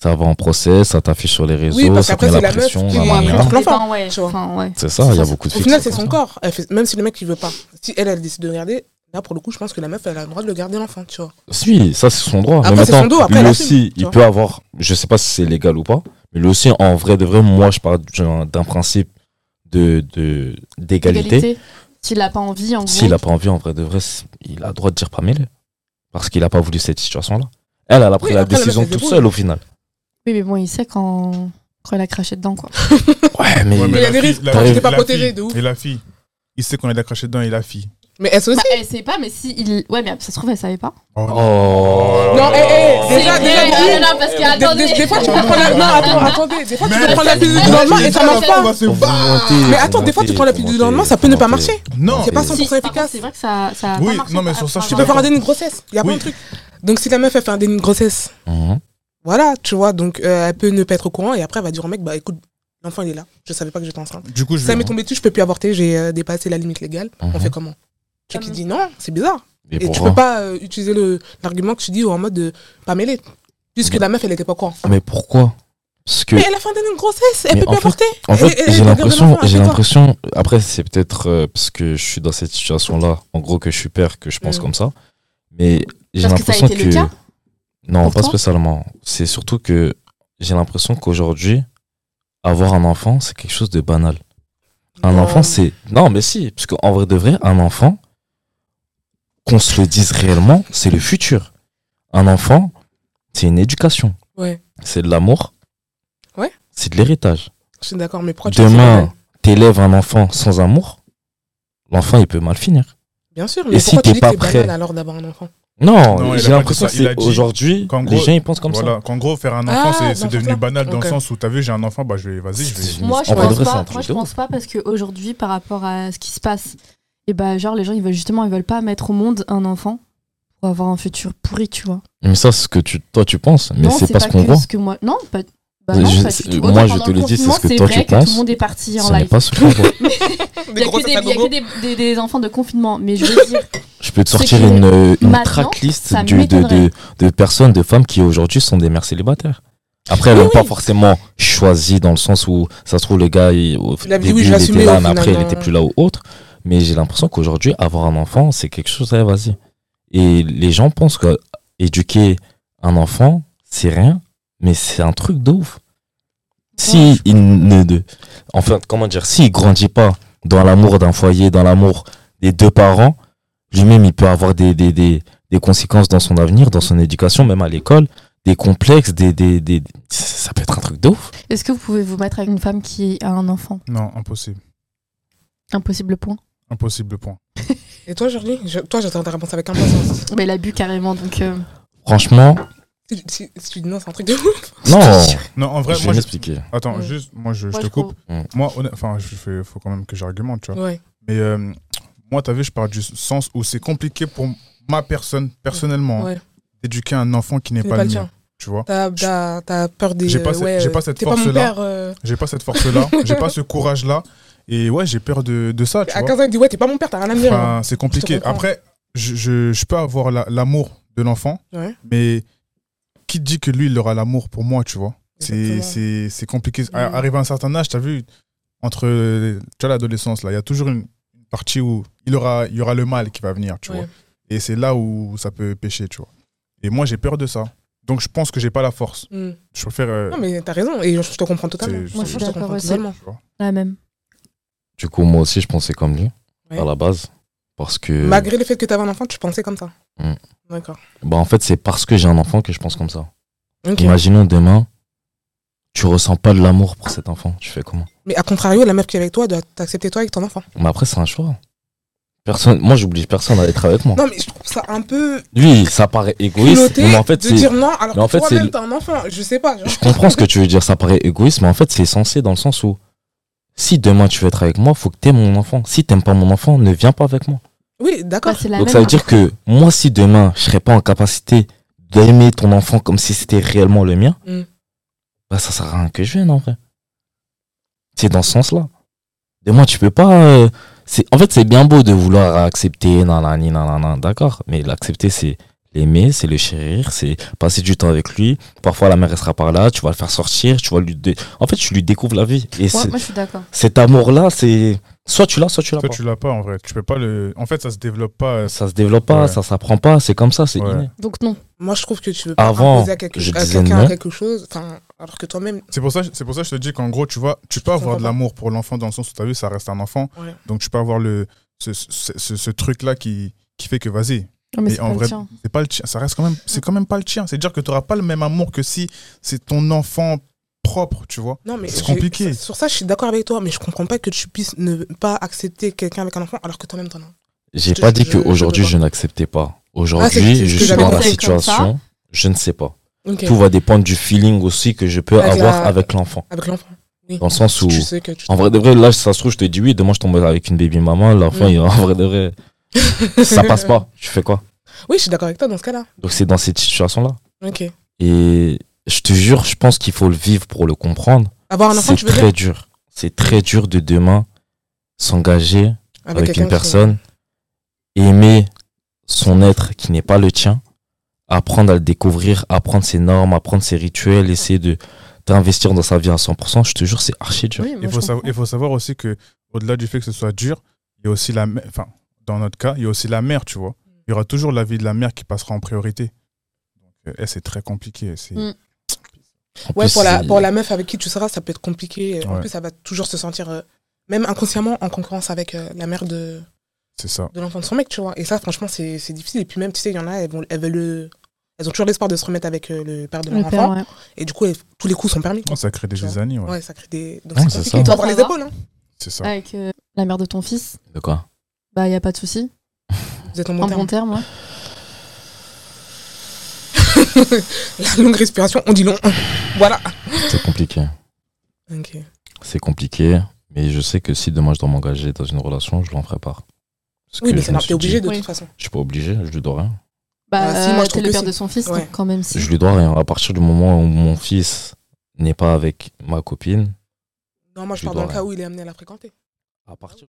Speaker 3: Ça va en procès, ça t'affiche sur les réseaux,
Speaker 1: Oui, parce
Speaker 3: ça
Speaker 1: qu'après,
Speaker 3: te met
Speaker 1: c'est
Speaker 3: la,
Speaker 1: la meuf
Speaker 3: pression,
Speaker 1: qui-
Speaker 3: la
Speaker 1: Oui,
Speaker 2: Enfin,
Speaker 1: mais
Speaker 3: manière.
Speaker 1: non.
Speaker 2: après,
Speaker 1: l'enfant.
Speaker 2: enfin, ouais.
Speaker 1: Tu vois.
Speaker 2: Enfin, ouais.
Speaker 3: C'est ça, il y a beaucoup de
Speaker 1: Au
Speaker 3: filles.
Speaker 1: final,
Speaker 3: qui
Speaker 1: c'est
Speaker 3: sont
Speaker 1: son
Speaker 3: comme ça.
Speaker 1: corps. Elle fait- même si le mec, il veut pas. Si elle, elle décide de regarder, là, pour le coup, je pense que la meuf, elle a le droit de le garder, l'enfant, tu vois.
Speaker 3: Si, ça c'est son droit.
Speaker 1: Après,
Speaker 3: mais
Speaker 1: c'est
Speaker 3: maintenant,
Speaker 1: son dos, après, elle
Speaker 3: lui
Speaker 1: assume,
Speaker 3: aussi,
Speaker 1: tu
Speaker 3: il
Speaker 1: vois.
Speaker 3: peut avoir, je sais pas si c'est légal ou pas, mais lui aussi, en vrai de vrai, moi je parle d'un d'un principe d'égalité. De, d'égalité
Speaker 2: Égalité. S'il a pas envie, en gros.
Speaker 3: S'il a pas envie, en vrai de vrai, c'est- il a le droit de dire pas mêlé. Parce qu'il a pas voulu cette situation-là. Elle, elle a pris
Speaker 1: Oui,
Speaker 3: la
Speaker 1: après, elle a
Speaker 3: décision
Speaker 1: fait des
Speaker 3: toute
Speaker 1: boules.
Speaker 3: seule au final.
Speaker 2: Oui, mais bon, il sait quand quand elle a craché dedans, quoi.
Speaker 3: Ouais, mais.
Speaker 4: Ouais,
Speaker 1: Mais il y a des
Speaker 4: la fille-
Speaker 1: risques,
Speaker 4: la
Speaker 1: quand tu
Speaker 4: fille-
Speaker 1: t'es pas
Speaker 4: la
Speaker 1: protégé,
Speaker 4: fille-
Speaker 1: de ouf.
Speaker 4: Et la fille, il sait qu'on est craché dedans et la fille.
Speaker 1: Mais elle aussi.
Speaker 2: Bah, elle sait pas, mais si il, ouais, mais ça se trouve, elle savait pas.
Speaker 1: Non,
Speaker 3: Oh.
Speaker 1: hé, hé, déjà,
Speaker 2: C'est
Speaker 1: déjà,
Speaker 2: vrai,
Speaker 1: dis-
Speaker 2: oh là là, parce que
Speaker 1: des,
Speaker 2: attendez.
Speaker 1: des- des fois, tu peux prendre la. Non,
Speaker 2: <laughs>
Speaker 1: attends, attendez. Des fois, tu peux prendre la pilule du lendemain et ça marche pas.
Speaker 3: Vous mentez,
Speaker 1: Mais
Speaker 3: vous
Speaker 1: attends, des fois,
Speaker 3: mentez,
Speaker 1: tu prends la
Speaker 3: vous
Speaker 1: pilule du
Speaker 3: mentez,
Speaker 1: lendemain, ça
Speaker 3: vous
Speaker 1: peut ne pas
Speaker 3: mentez.
Speaker 1: marcher.
Speaker 4: Non,
Speaker 1: C'est pas
Speaker 3: mais-
Speaker 1: ça. 100%
Speaker 2: Si, par contre,
Speaker 1: efficace.
Speaker 2: C'est vrai que ça, ça a
Speaker 4: Oui,
Speaker 2: pas marché
Speaker 4: non, mais
Speaker 2: par-
Speaker 4: sur ça,
Speaker 2: par
Speaker 1: Tu
Speaker 4: je suis
Speaker 1: peux
Speaker 2: rapport
Speaker 1: faire
Speaker 2: à-
Speaker 1: un déni de grossesse. Il y a plein
Speaker 4: Oui.
Speaker 1: de trucs. Donc, si la meuf, elle fait un déni de grossesse,
Speaker 3: Mhm.
Speaker 1: Voilà, tu vois, donc euh, elle peut ne pas être au courant et après elle va dire au mec, bah écoute, l'enfant il est là, je savais pas que j'étais enceinte.
Speaker 4: Du coup, je
Speaker 1: Ça
Speaker 4: vais.
Speaker 1: m'est tombé dessus, je peux plus avorter, j'ai euh, dépassé la limite légale. On
Speaker 3: Mhm.
Speaker 1: fait comment Tu qui dis non, c'est bizarre.
Speaker 3: Et
Speaker 1: Et, tu
Speaker 3: pourquoi
Speaker 1: peux pas euh, utiliser le- l'argument que tu dis en mode de pas mêler. Puisque la meuf elle était pas au courant.
Speaker 3: Mais pourquoi Parce que
Speaker 1: Mais elle a fait un déni de grossesse, elle
Speaker 3: Mais
Speaker 1: peut
Speaker 3: en
Speaker 1: plus
Speaker 3: fait-
Speaker 1: avorter.
Speaker 3: En
Speaker 1: Et-
Speaker 3: fait,
Speaker 1: et- et
Speaker 3: j'ai
Speaker 1: regarde
Speaker 3: l'impression,
Speaker 1: l'enfant,
Speaker 3: j'ai
Speaker 1: attends.
Speaker 3: l'impression. Après, c'est peut-être euh, parce que je suis dans cette situation-là. En gros, que je suis père, que je pense
Speaker 1: Mm.
Speaker 3: comme ça. Mais j'ai
Speaker 2: Parce que ça a
Speaker 3: l'impression que,
Speaker 2: été le cas
Speaker 3: non,
Speaker 2: pour
Speaker 3: pas
Speaker 2: toi
Speaker 3: spécialement. C'est surtout que j'ai l'impression qu'aujourd'hui, avoir un enfant, c'est quelque chose de banal. Un
Speaker 1: Non.
Speaker 3: enfant, c'est non, mais si, parce qu'en vrai de vrai, un enfant, qu'on se le dise réellement, c'est le futur. Un enfant, c'est une éducation,
Speaker 1: Ouais,
Speaker 3: c'est de l'amour,
Speaker 1: Ouais.
Speaker 3: c'est de l'héritage
Speaker 1: je suis d'accord, mais pourquoi tu dis ça,
Speaker 3: demain,
Speaker 1: Val
Speaker 3: t'élèves un enfant sans amour, l'enfant, il peut mal finir.
Speaker 1: Bien sûr, mais
Speaker 3: si
Speaker 1: pourquoi
Speaker 3: t'es
Speaker 1: tu dis que
Speaker 3: pas
Speaker 1: c'est
Speaker 3: prêt
Speaker 1: banal alors d'avoir un enfant
Speaker 3: Non,
Speaker 4: Non, il a
Speaker 3: j'ai
Speaker 4: pas
Speaker 3: l'impression
Speaker 4: dit
Speaker 3: que
Speaker 4: ça. Il a
Speaker 3: c'est
Speaker 4: dit
Speaker 3: aujourd'hui,
Speaker 4: qu'en
Speaker 3: les
Speaker 4: gros-
Speaker 3: gens, ils pensent comme
Speaker 4: Voilà, qu'en gros, faire un
Speaker 1: Ah,
Speaker 4: enfant, c'est-
Speaker 1: dans
Speaker 4: c'est
Speaker 1: ce
Speaker 4: devenu
Speaker 1: sens-là.
Speaker 4: banal dans
Speaker 1: Ok.
Speaker 4: le sens où t'as vu, j'ai un enfant, bah je vais, vas-y, je vais.
Speaker 3: ça.
Speaker 2: Moi, je
Speaker 3: En vrai, de
Speaker 2: pense
Speaker 3: vrai, c'est
Speaker 2: pas.
Speaker 3: un
Speaker 2: Moi,
Speaker 3: truc
Speaker 2: je
Speaker 3: de ouf.
Speaker 2: pense pas parce qu'aujourd'hui, par rapport à ce qui se passe, et bah, genre, les gens, ils veulent justement, ils veulent pas mettre au monde un enfant pour avoir un futur pourri, tu vois.
Speaker 3: Mais ça, c'est ce que tu, toi, tu penses, mais
Speaker 2: non,
Speaker 3: c'est pas ce qu'on
Speaker 2: que
Speaker 3: voit.
Speaker 2: ce que moi. Non, pas. Bah non,
Speaker 3: Je-
Speaker 2: parce que
Speaker 3: c'est-
Speaker 2: autant
Speaker 3: moi, je
Speaker 2: pendant
Speaker 3: te le
Speaker 2: cours
Speaker 3: dis,
Speaker 2: du
Speaker 3: c'est
Speaker 2: monde,
Speaker 3: ce que toi,
Speaker 2: vrai
Speaker 3: tu
Speaker 2: que Tout
Speaker 3: penses.
Speaker 2: le monde est parti en
Speaker 3: Ça n'est
Speaker 2: live.
Speaker 3: pas sous
Speaker 2: <laughs>
Speaker 3: le poids.
Speaker 2: Il y a que, des, il y a que des- des- des enfants de confinement, mais je veux dire,
Speaker 3: Je peux te
Speaker 2: C'est
Speaker 3: sortir
Speaker 2: que
Speaker 3: une, euh, une
Speaker 2: maintenant,
Speaker 3: tracklist
Speaker 2: ça
Speaker 3: du- de, de,
Speaker 2: m'étonnerait.
Speaker 3: de personnes, de femmes qui aujourd'hui sont des mères célibataires. Après, elles
Speaker 2: Oui,
Speaker 3: n'ont pas
Speaker 2: oui.
Speaker 3: forcément choisi dans le sens où ça se trouve le gars il, au
Speaker 1: Il a dit
Speaker 3: début,
Speaker 1: oui, je
Speaker 3: il
Speaker 1: l'assume,
Speaker 3: était
Speaker 1: mais
Speaker 3: là,
Speaker 1: au
Speaker 3: mais après il
Speaker 1: final, euh,
Speaker 3: était
Speaker 1: non.
Speaker 3: plus là ou autre. Mais j'ai l'impression qu'aujourd'hui avoir un enfant c'est quelque chose, ouais, vas-y. Et les gens pensent que éduquer un enfant c'est rien, mais c'est un truc de ouf. Si il ne, de- enfin comment dire, s'il grandit pas dans l'amour d'un foyer, dans l'amour des deux parents, lui-même, il peut avoir des, des, des, des conséquences dans son avenir, dans son éducation, même à l'école, des complexes, des, des, des- Ça peut être un truc de ouf.
Speaker 2: est-ce que vous pouvez vous mettre avec une femme qui a un enfant
Speaker 4: Non, impossible.
Speaker 2: Impossible point.
Speaker 4: Impossible point.
Speaker 1: Et toi, Jordi Je- Toi, j'attends ta réponse avec
Speaker 5: <laughs>
Speaker 1: impatience.
Speaker 2: Mais elle a bu carrément, donc. euh,
Speaker 3: Franchement,
Speaker 1: si, si- si tu dis non, c'est un truc de ouf.
Speaker 3: non.
Speaker 4: Non, en vrai,
Speaker 3: Je vais
Speaker 4: moi, je-
Speaker 3: m'expliquer.
Speaker 4: attends,
Speaker 2: Ouais.
Speaker 4: juste, moi, je, je
Speaker 2: moi,
Speaker 4: te
Speaker 2: je
Speaker 4: coupe.
Speaker 2: trouve-
Speaker 4: Moi, honnête- enfin, je fais, faut quand même que j'argumente, tu vois.
Speaker 1: Ouais.
Speaker 4: Mais euh,
Speaker 5: Moi, t'as vu, je parle du sens où c'est compliqué pour ma personne, personnellement, hein,
Speaker 1: Ouais.
Speaker 5: d'éduquer un enfant qui n'est
Speaker 1: Tu n'es
Speaker 5: pas,
Speaker 1: pas
Speaker 5: le
Speaker 1: le
Speaker 5: mien.
Speaker 1: tien.
Speaker 5: Tu vois
Speaker 1: T'as- T'as t'as peur des.
Speaker 5: J'ai pas
Speaker 1: euh,
Speaker 5: cette-
Speaker 1: ouais,
Speaker 5: j'ai
Speaker 1: euh,
Speaker 5: pas cette
Speaker 1: T'es pas mon
Speaker 5: force-là.
Speaker 1: père. euh,
Speaker 5: J'ai pas cette
Speaker 1: <laughs>
Speaker 5: force-là, j'ai pas ce courage-là. Et ouais, j'ai peur de, de ça, Ah, tu
Speaker 1: à
Speaker 5: vois.
Speaker 1: 15 ans, il dit Ouais, t'es pas mon père, t'as rien à me dire.
Speaker 5: Enfin, c'est
Speaker 1: Je
Speaker 5: compliqué.
Speaker 1: te comprends.
Speaker 5: Après, je, je- je peux avoir la- l'amour de l'enfant,
Speaker 1: Ouais.
Speaker 5: mais qui dit que lui, il aura l'amour pour moi, tu vois C'est-
Speaker 1: Exactement.
Speaker 5: C'est c'est compliqué. À-
Speaker 1: Mm.
Speaker 5: Arrivé à un certain âge, tu as vu, entre euh, tu vois, l'adolescence, là, il y a toujours une une partie où il aura, il y aura le mal qui va venir, tu
Speaker 1: Ouais.
Speaker 5: vois Et c'est là où ça peut pêcher, tu vois Et moi, j'ai peur de ça. Donc, je pense que j'ai pas la force.
Speaker 1: Mm.
Speaker 5: Je préfère... euh,
Speaker 1: Non, mais t'as raison, et je te comprends totalement.
Speaker 5: c'est-
Speaker 2: Moi, je
Speaker 5: c'est-
Speaker 2: suis
Speaker 1: te
Speaker 2: d'accord
Speaker 1: comprends
Speaker 2: aussi.
Speaker 1: totalement.
Speaker 5: tu vois.
Speaker 2: La même.
Speaker 3: Du coup, moi aussi, je pensais comme lui,
Speaker 1: Ouais.
Speaker 3: à la base. Parce que.
Speaker 1: Malgré le fait que t'avais un enfant, tu pensais comme ça.
Speaker 3: Mm.
Speaker 1: D'accord.
Speaker 3: Bah, en fait, c'est parce que j'ai un enfant que je pense comme ça.
Speaker 1: Ok.
Speaker 3: Imaginons demain, tu ressens pas de l'amour pour cet enfant. Tu fais comment
Speaker 1: Mais à contrario, la meuf qui est avec toi doit t'accepter toi avec ton enfant.
Speaker 3: Mais après, c'est un choix. Personne, moi, j'oblige personne à être avec moi.
Speaker 1: Non, mais je trouve ça un peu
Speaker 3: Lui, ça paraît égoïste.
Speaker 1: culotté
Speaker 3: Mais en fait,
Speaker 1: de
Speaker 3: c'est-
Speaker 1: dire non alors
Speaker 3: mais en
Speaker 1: que
Speaker 3: fait,
Speaker 1: toi-même
Speaker 3: c'est-
Speaker 1: t'as un enfant. Je sais pas. genre.
Speaker 3: je comprends ce que tu veux dire. Ça paraît égoïste, mais en fait, c'est censé dans le sens où si demain tu veux être avec moi, faut que t'aimes mon enfant. Si t'aimes pas mon enfant, ne viens pas avec moi.
Speaker 1: <laughs> Oui,
Speaker 2: Bah,
Speaker 1: d'accord.
Speaker 2: c'est la
Speaker 3: Donc
Speaker 2: même.
Speaker 3: ça veut dire que moi, si demain je serais pas en capacité d'aimer ton enfant comme si c'était réellement le mien,
Speaker 1: Mm.
Speaker 3: bah ça sert à rien que je vienne en vrai. C'est dans ce sens-là. Demain, tu peux pas. euh, c'est en fait, c'est bien beau de vouloir accepter, nanani, nanana, d'accord. Mais l'accepter, c'est l'aimer, c'est le chérir, c'est passer du temps avec lui. Parfois, la mère elle sera par là, tu vas le faire sortir, tu vas lui. dé- En fait, tu lui découvres la vie. Et
Speaker 2: Ouais,
Speaker 3: c'est-
Speaker 2: moi, je suis d'accord.
Speaker 3: cet amour-là, c'est soit tu l'as, soit tu l'as
Speaker 4: toi,
Speaker 3: pas.
Speaker 4: tu l'as pas, en vrai. Tu peux pas le... En fait, ça se développe pas. euh,
Speaker 3: Ça se développe pas,
Speaker 4: Ouais.
Speaker 3: ça s'apprend pas. C'est comme ça, c'est
Speaker 4: Ouais.
Speaker 3: inné.
Speaker 2: Donc non.
Speaker 1: Moi, je trouve que tu veux pas
Speaker 3: Avant,
Speaker 1: imposer à quelque-
Speaker 3: je
Speaker 1: à
Speaker 3: disais
Speaker 1: quelqu'un
Speaker 3: non.
Speaker 1: quelque chose, enfin, alors que toi-même.
Speaker 5: C'est pour ça, c'est pour ça que je te dis qu'en gros, tu vois, tu peux
Speaker 1: Je
Speaker 5: avoir
Speaker 1: comprends
Speaker 5: de
Speaker 1: pas.
Speaker 5: l'amour pour l'enfant dans le sens où t'as vu, ça reste un enfant,
Speaker 1: Ouais.
Speaker 5: donc tu peux avoir le ce, ce, ce- ce truc là qui qui fait que vas-y,
Speaker 2: Non, mais
Speaker 5: Mais
Speaker 2: c'est
Speaker 5: en
Speaker 2: pas le
Speaker 5: vrai-
Speaker 2: tien.
Speaker 5: c'est pas le tien, ça reste quand même, c'est quand même pas le tien. C'est à dire que t'auras pas le même amour que si c'est ton enfant propre, tu vois.
Speaker 1: Non, mais
Speaker 5: C'est
Speaker 1: j'ai-
Speaker 5: compliqué.
Speaker 1: Sur ça, je suis d'accord avec toi, mais je comprends pas que tu puisses ne pas accepter quelqu'un avec un enfant alors que toi-même t'en as. un.
Speaker 3: J'ai
Speaker 1: Je-
Speaker 3: pas dit
Speaker 1: je- je
Speaker 3: qu'aujourd'hui
Speaker 1: peux pas.
Speaker 3: je n'acceptais pas.
Speaker 1: Ah, c'est
Speaker 3: Aujourd'hui,
Speaker 1: ce
Speaker 3: je
Speaker 1: que
Speaker 3: suis dans
Speaker 1: j'avais
Speaker 3: la
Speaker 1: compris,
Speaker 2: comme
Speaker 3: situation, je ne sais pas.
Speaker 1: Ok.
Speaker 3: Tout va dépendre du feeling aussi que je peux
Speaker 1: Avec
Speaker 3: avoir
Speaker 1: la-
Speaker 3: avec l'enfant.
Speaker 1: Avec l'enfant. Oui.
Speaker 3: Dans le sens où,
Speaker 1: Tu sais que tu.
Speaker 3: en vrai de vrai, là, ça se trouve, je te dis oui, demain je tombe avec une baby maman, l'enfant,
Speaker 1: Mm.
Speaker 3: il- en vrai de vrai,
Speaker 1: <laughs>
Speaker 3: ça passe pas. Tu fais quoi
Speaker 1: Oui, je suis d'accord avec toi dans ce cas-là.
Speaker 3: Donc c'est dans cette situation-là.
Speaker 1: Ok.
Speaker 3: Et je te jure, je pense qu'il faut le vivre pour le comprendre.
Speaker 1: Avoir un enfant,
Speaker 3: C'est
Speaker 1: tu veux dire
Speaker 3: très dur. C'est très dur de demain s'engager avec,
Speaker 1: quelqu'un
Speaker 3: une
Speaker 1: qui-
Speaker 3: personne, aimer son être qui n'est pas le tien, apprendre à le découvrir, apprendre ses normes, apprendre ses rituels, essayer de t'investir dans sa vie à 100%, je te jure, c'est archi dur.
Speaker 2: Oui, moi,
Speaker 4: Il
Speaker 2: je
Speaker 4: faut, savoir,
Speaker 2: comprends.
Speaker 4: il faut savoir aussi que au-delà du fait que ce soit dur, il y a aussi la mè- enfin dans notre cas, il y a aussi la mère, tu vois. Il y aura toujours la vie de la mère qui passera en priorité. Donc euh, eh, c'est très compliqué, c'est
Speaker 2: Mm.
Speaker 3: En
Speaker 1: Ouais,
Speaker 3: plus,
Speaker 1: pour la,
Speaker 3: c'est-
Speaker 1: pour la meuf avec qui tu seras, ça peut être compliqué. En
Speaker 4: Ouais.
Speaker 1: plus, ça va toujours se sentir, euh, même inconsciemment, en concurrence avec euh, la mère de,
Speaker 4: c'est ça.
Speaker 1: de l'enfant de son mec, tu vois. Et ça, franchement, c'est c'est difficile. Et puis même, tu sais, il y en a, elles, vont, elles veulent le- Elles ont toujours l'espoir de se remettre avec euh, le père de leur
Speaker 2: Le
Speaker 1: enfant.
Speaker 2: père, ouais.
Speaker 1: Et du coup, elles- tous les coups sont permis.
Speaker 4: Oh, ça crée des
Speaker 1: Tu vois.
Speaker 4: années,
Speaker 1: Ouais, ça crée des. Donc,
Speaker 3: Ouais,
Speaker 1: c'est
Speaker 3: c'est
Speaker 1: compliqué.
Speaker 3: ça.
Speaker 1: Tu dois avoir les
Speaker 2: Ça va.
Speaker 1: épaules. Hein.
Speaker 4: c'est ça.
Speaker 2: Avec euh, la mère de ton fils,
Speaker 3: De quoi
Speaker 2: bah y a pas de souci.
Speaker 1: Vous êtes en bon
Speaker 2: En
Speaker 1: terme. <laughs>
Speaker 2: bon terme, ouais.
Speaker 1: La longue respiration, on dit long. <laughs> voilà.
Speaker 3: C'est compliqué.
Speaker 1: Ok.
Speaker 3: C'est compliqué, mais je sais que si demain je dois m'engager dans une relation, je l'en ferai part. Parce
Speaker 1: Oui,
Speaker 3: que
Speaker 1: mais
Speaker 3: je
Speaker 1: c'est
Speaker 3: me
Speaker 1: normal. T'es
Speaker 3: suis dit,
Speaker 1: obligé de
Speaker 2: Oui.
Speaker 1: toute façon.
Speaker 3: Je suis pas obligé, je lui dois rien.
Speaker 2: Bah,
Speaker 1: Ah, si, moi, je
Speaker 2: t'es
Speaker 1: trouve
Speaker 2: le
Speaker 1: que
Speaker 2: père
Speaker 1: si.
Speaker 2: de son fils,
Speaker 1: Ouais.
Speaker 2: donc quand même si.
Speaker 3: Je lui dois rien. À partir du moment où mon fils n'est pas avec ma copine,
Speaker 1: Non, moi, je
Speaker 3: Tu
Speaker 1: parle dans le
Speaker 3: dois,
Speaker 1: cas
Speaker 3: ouais.
Speaker 1: où il est amené à la fréquenter.
Speaker 3: à partir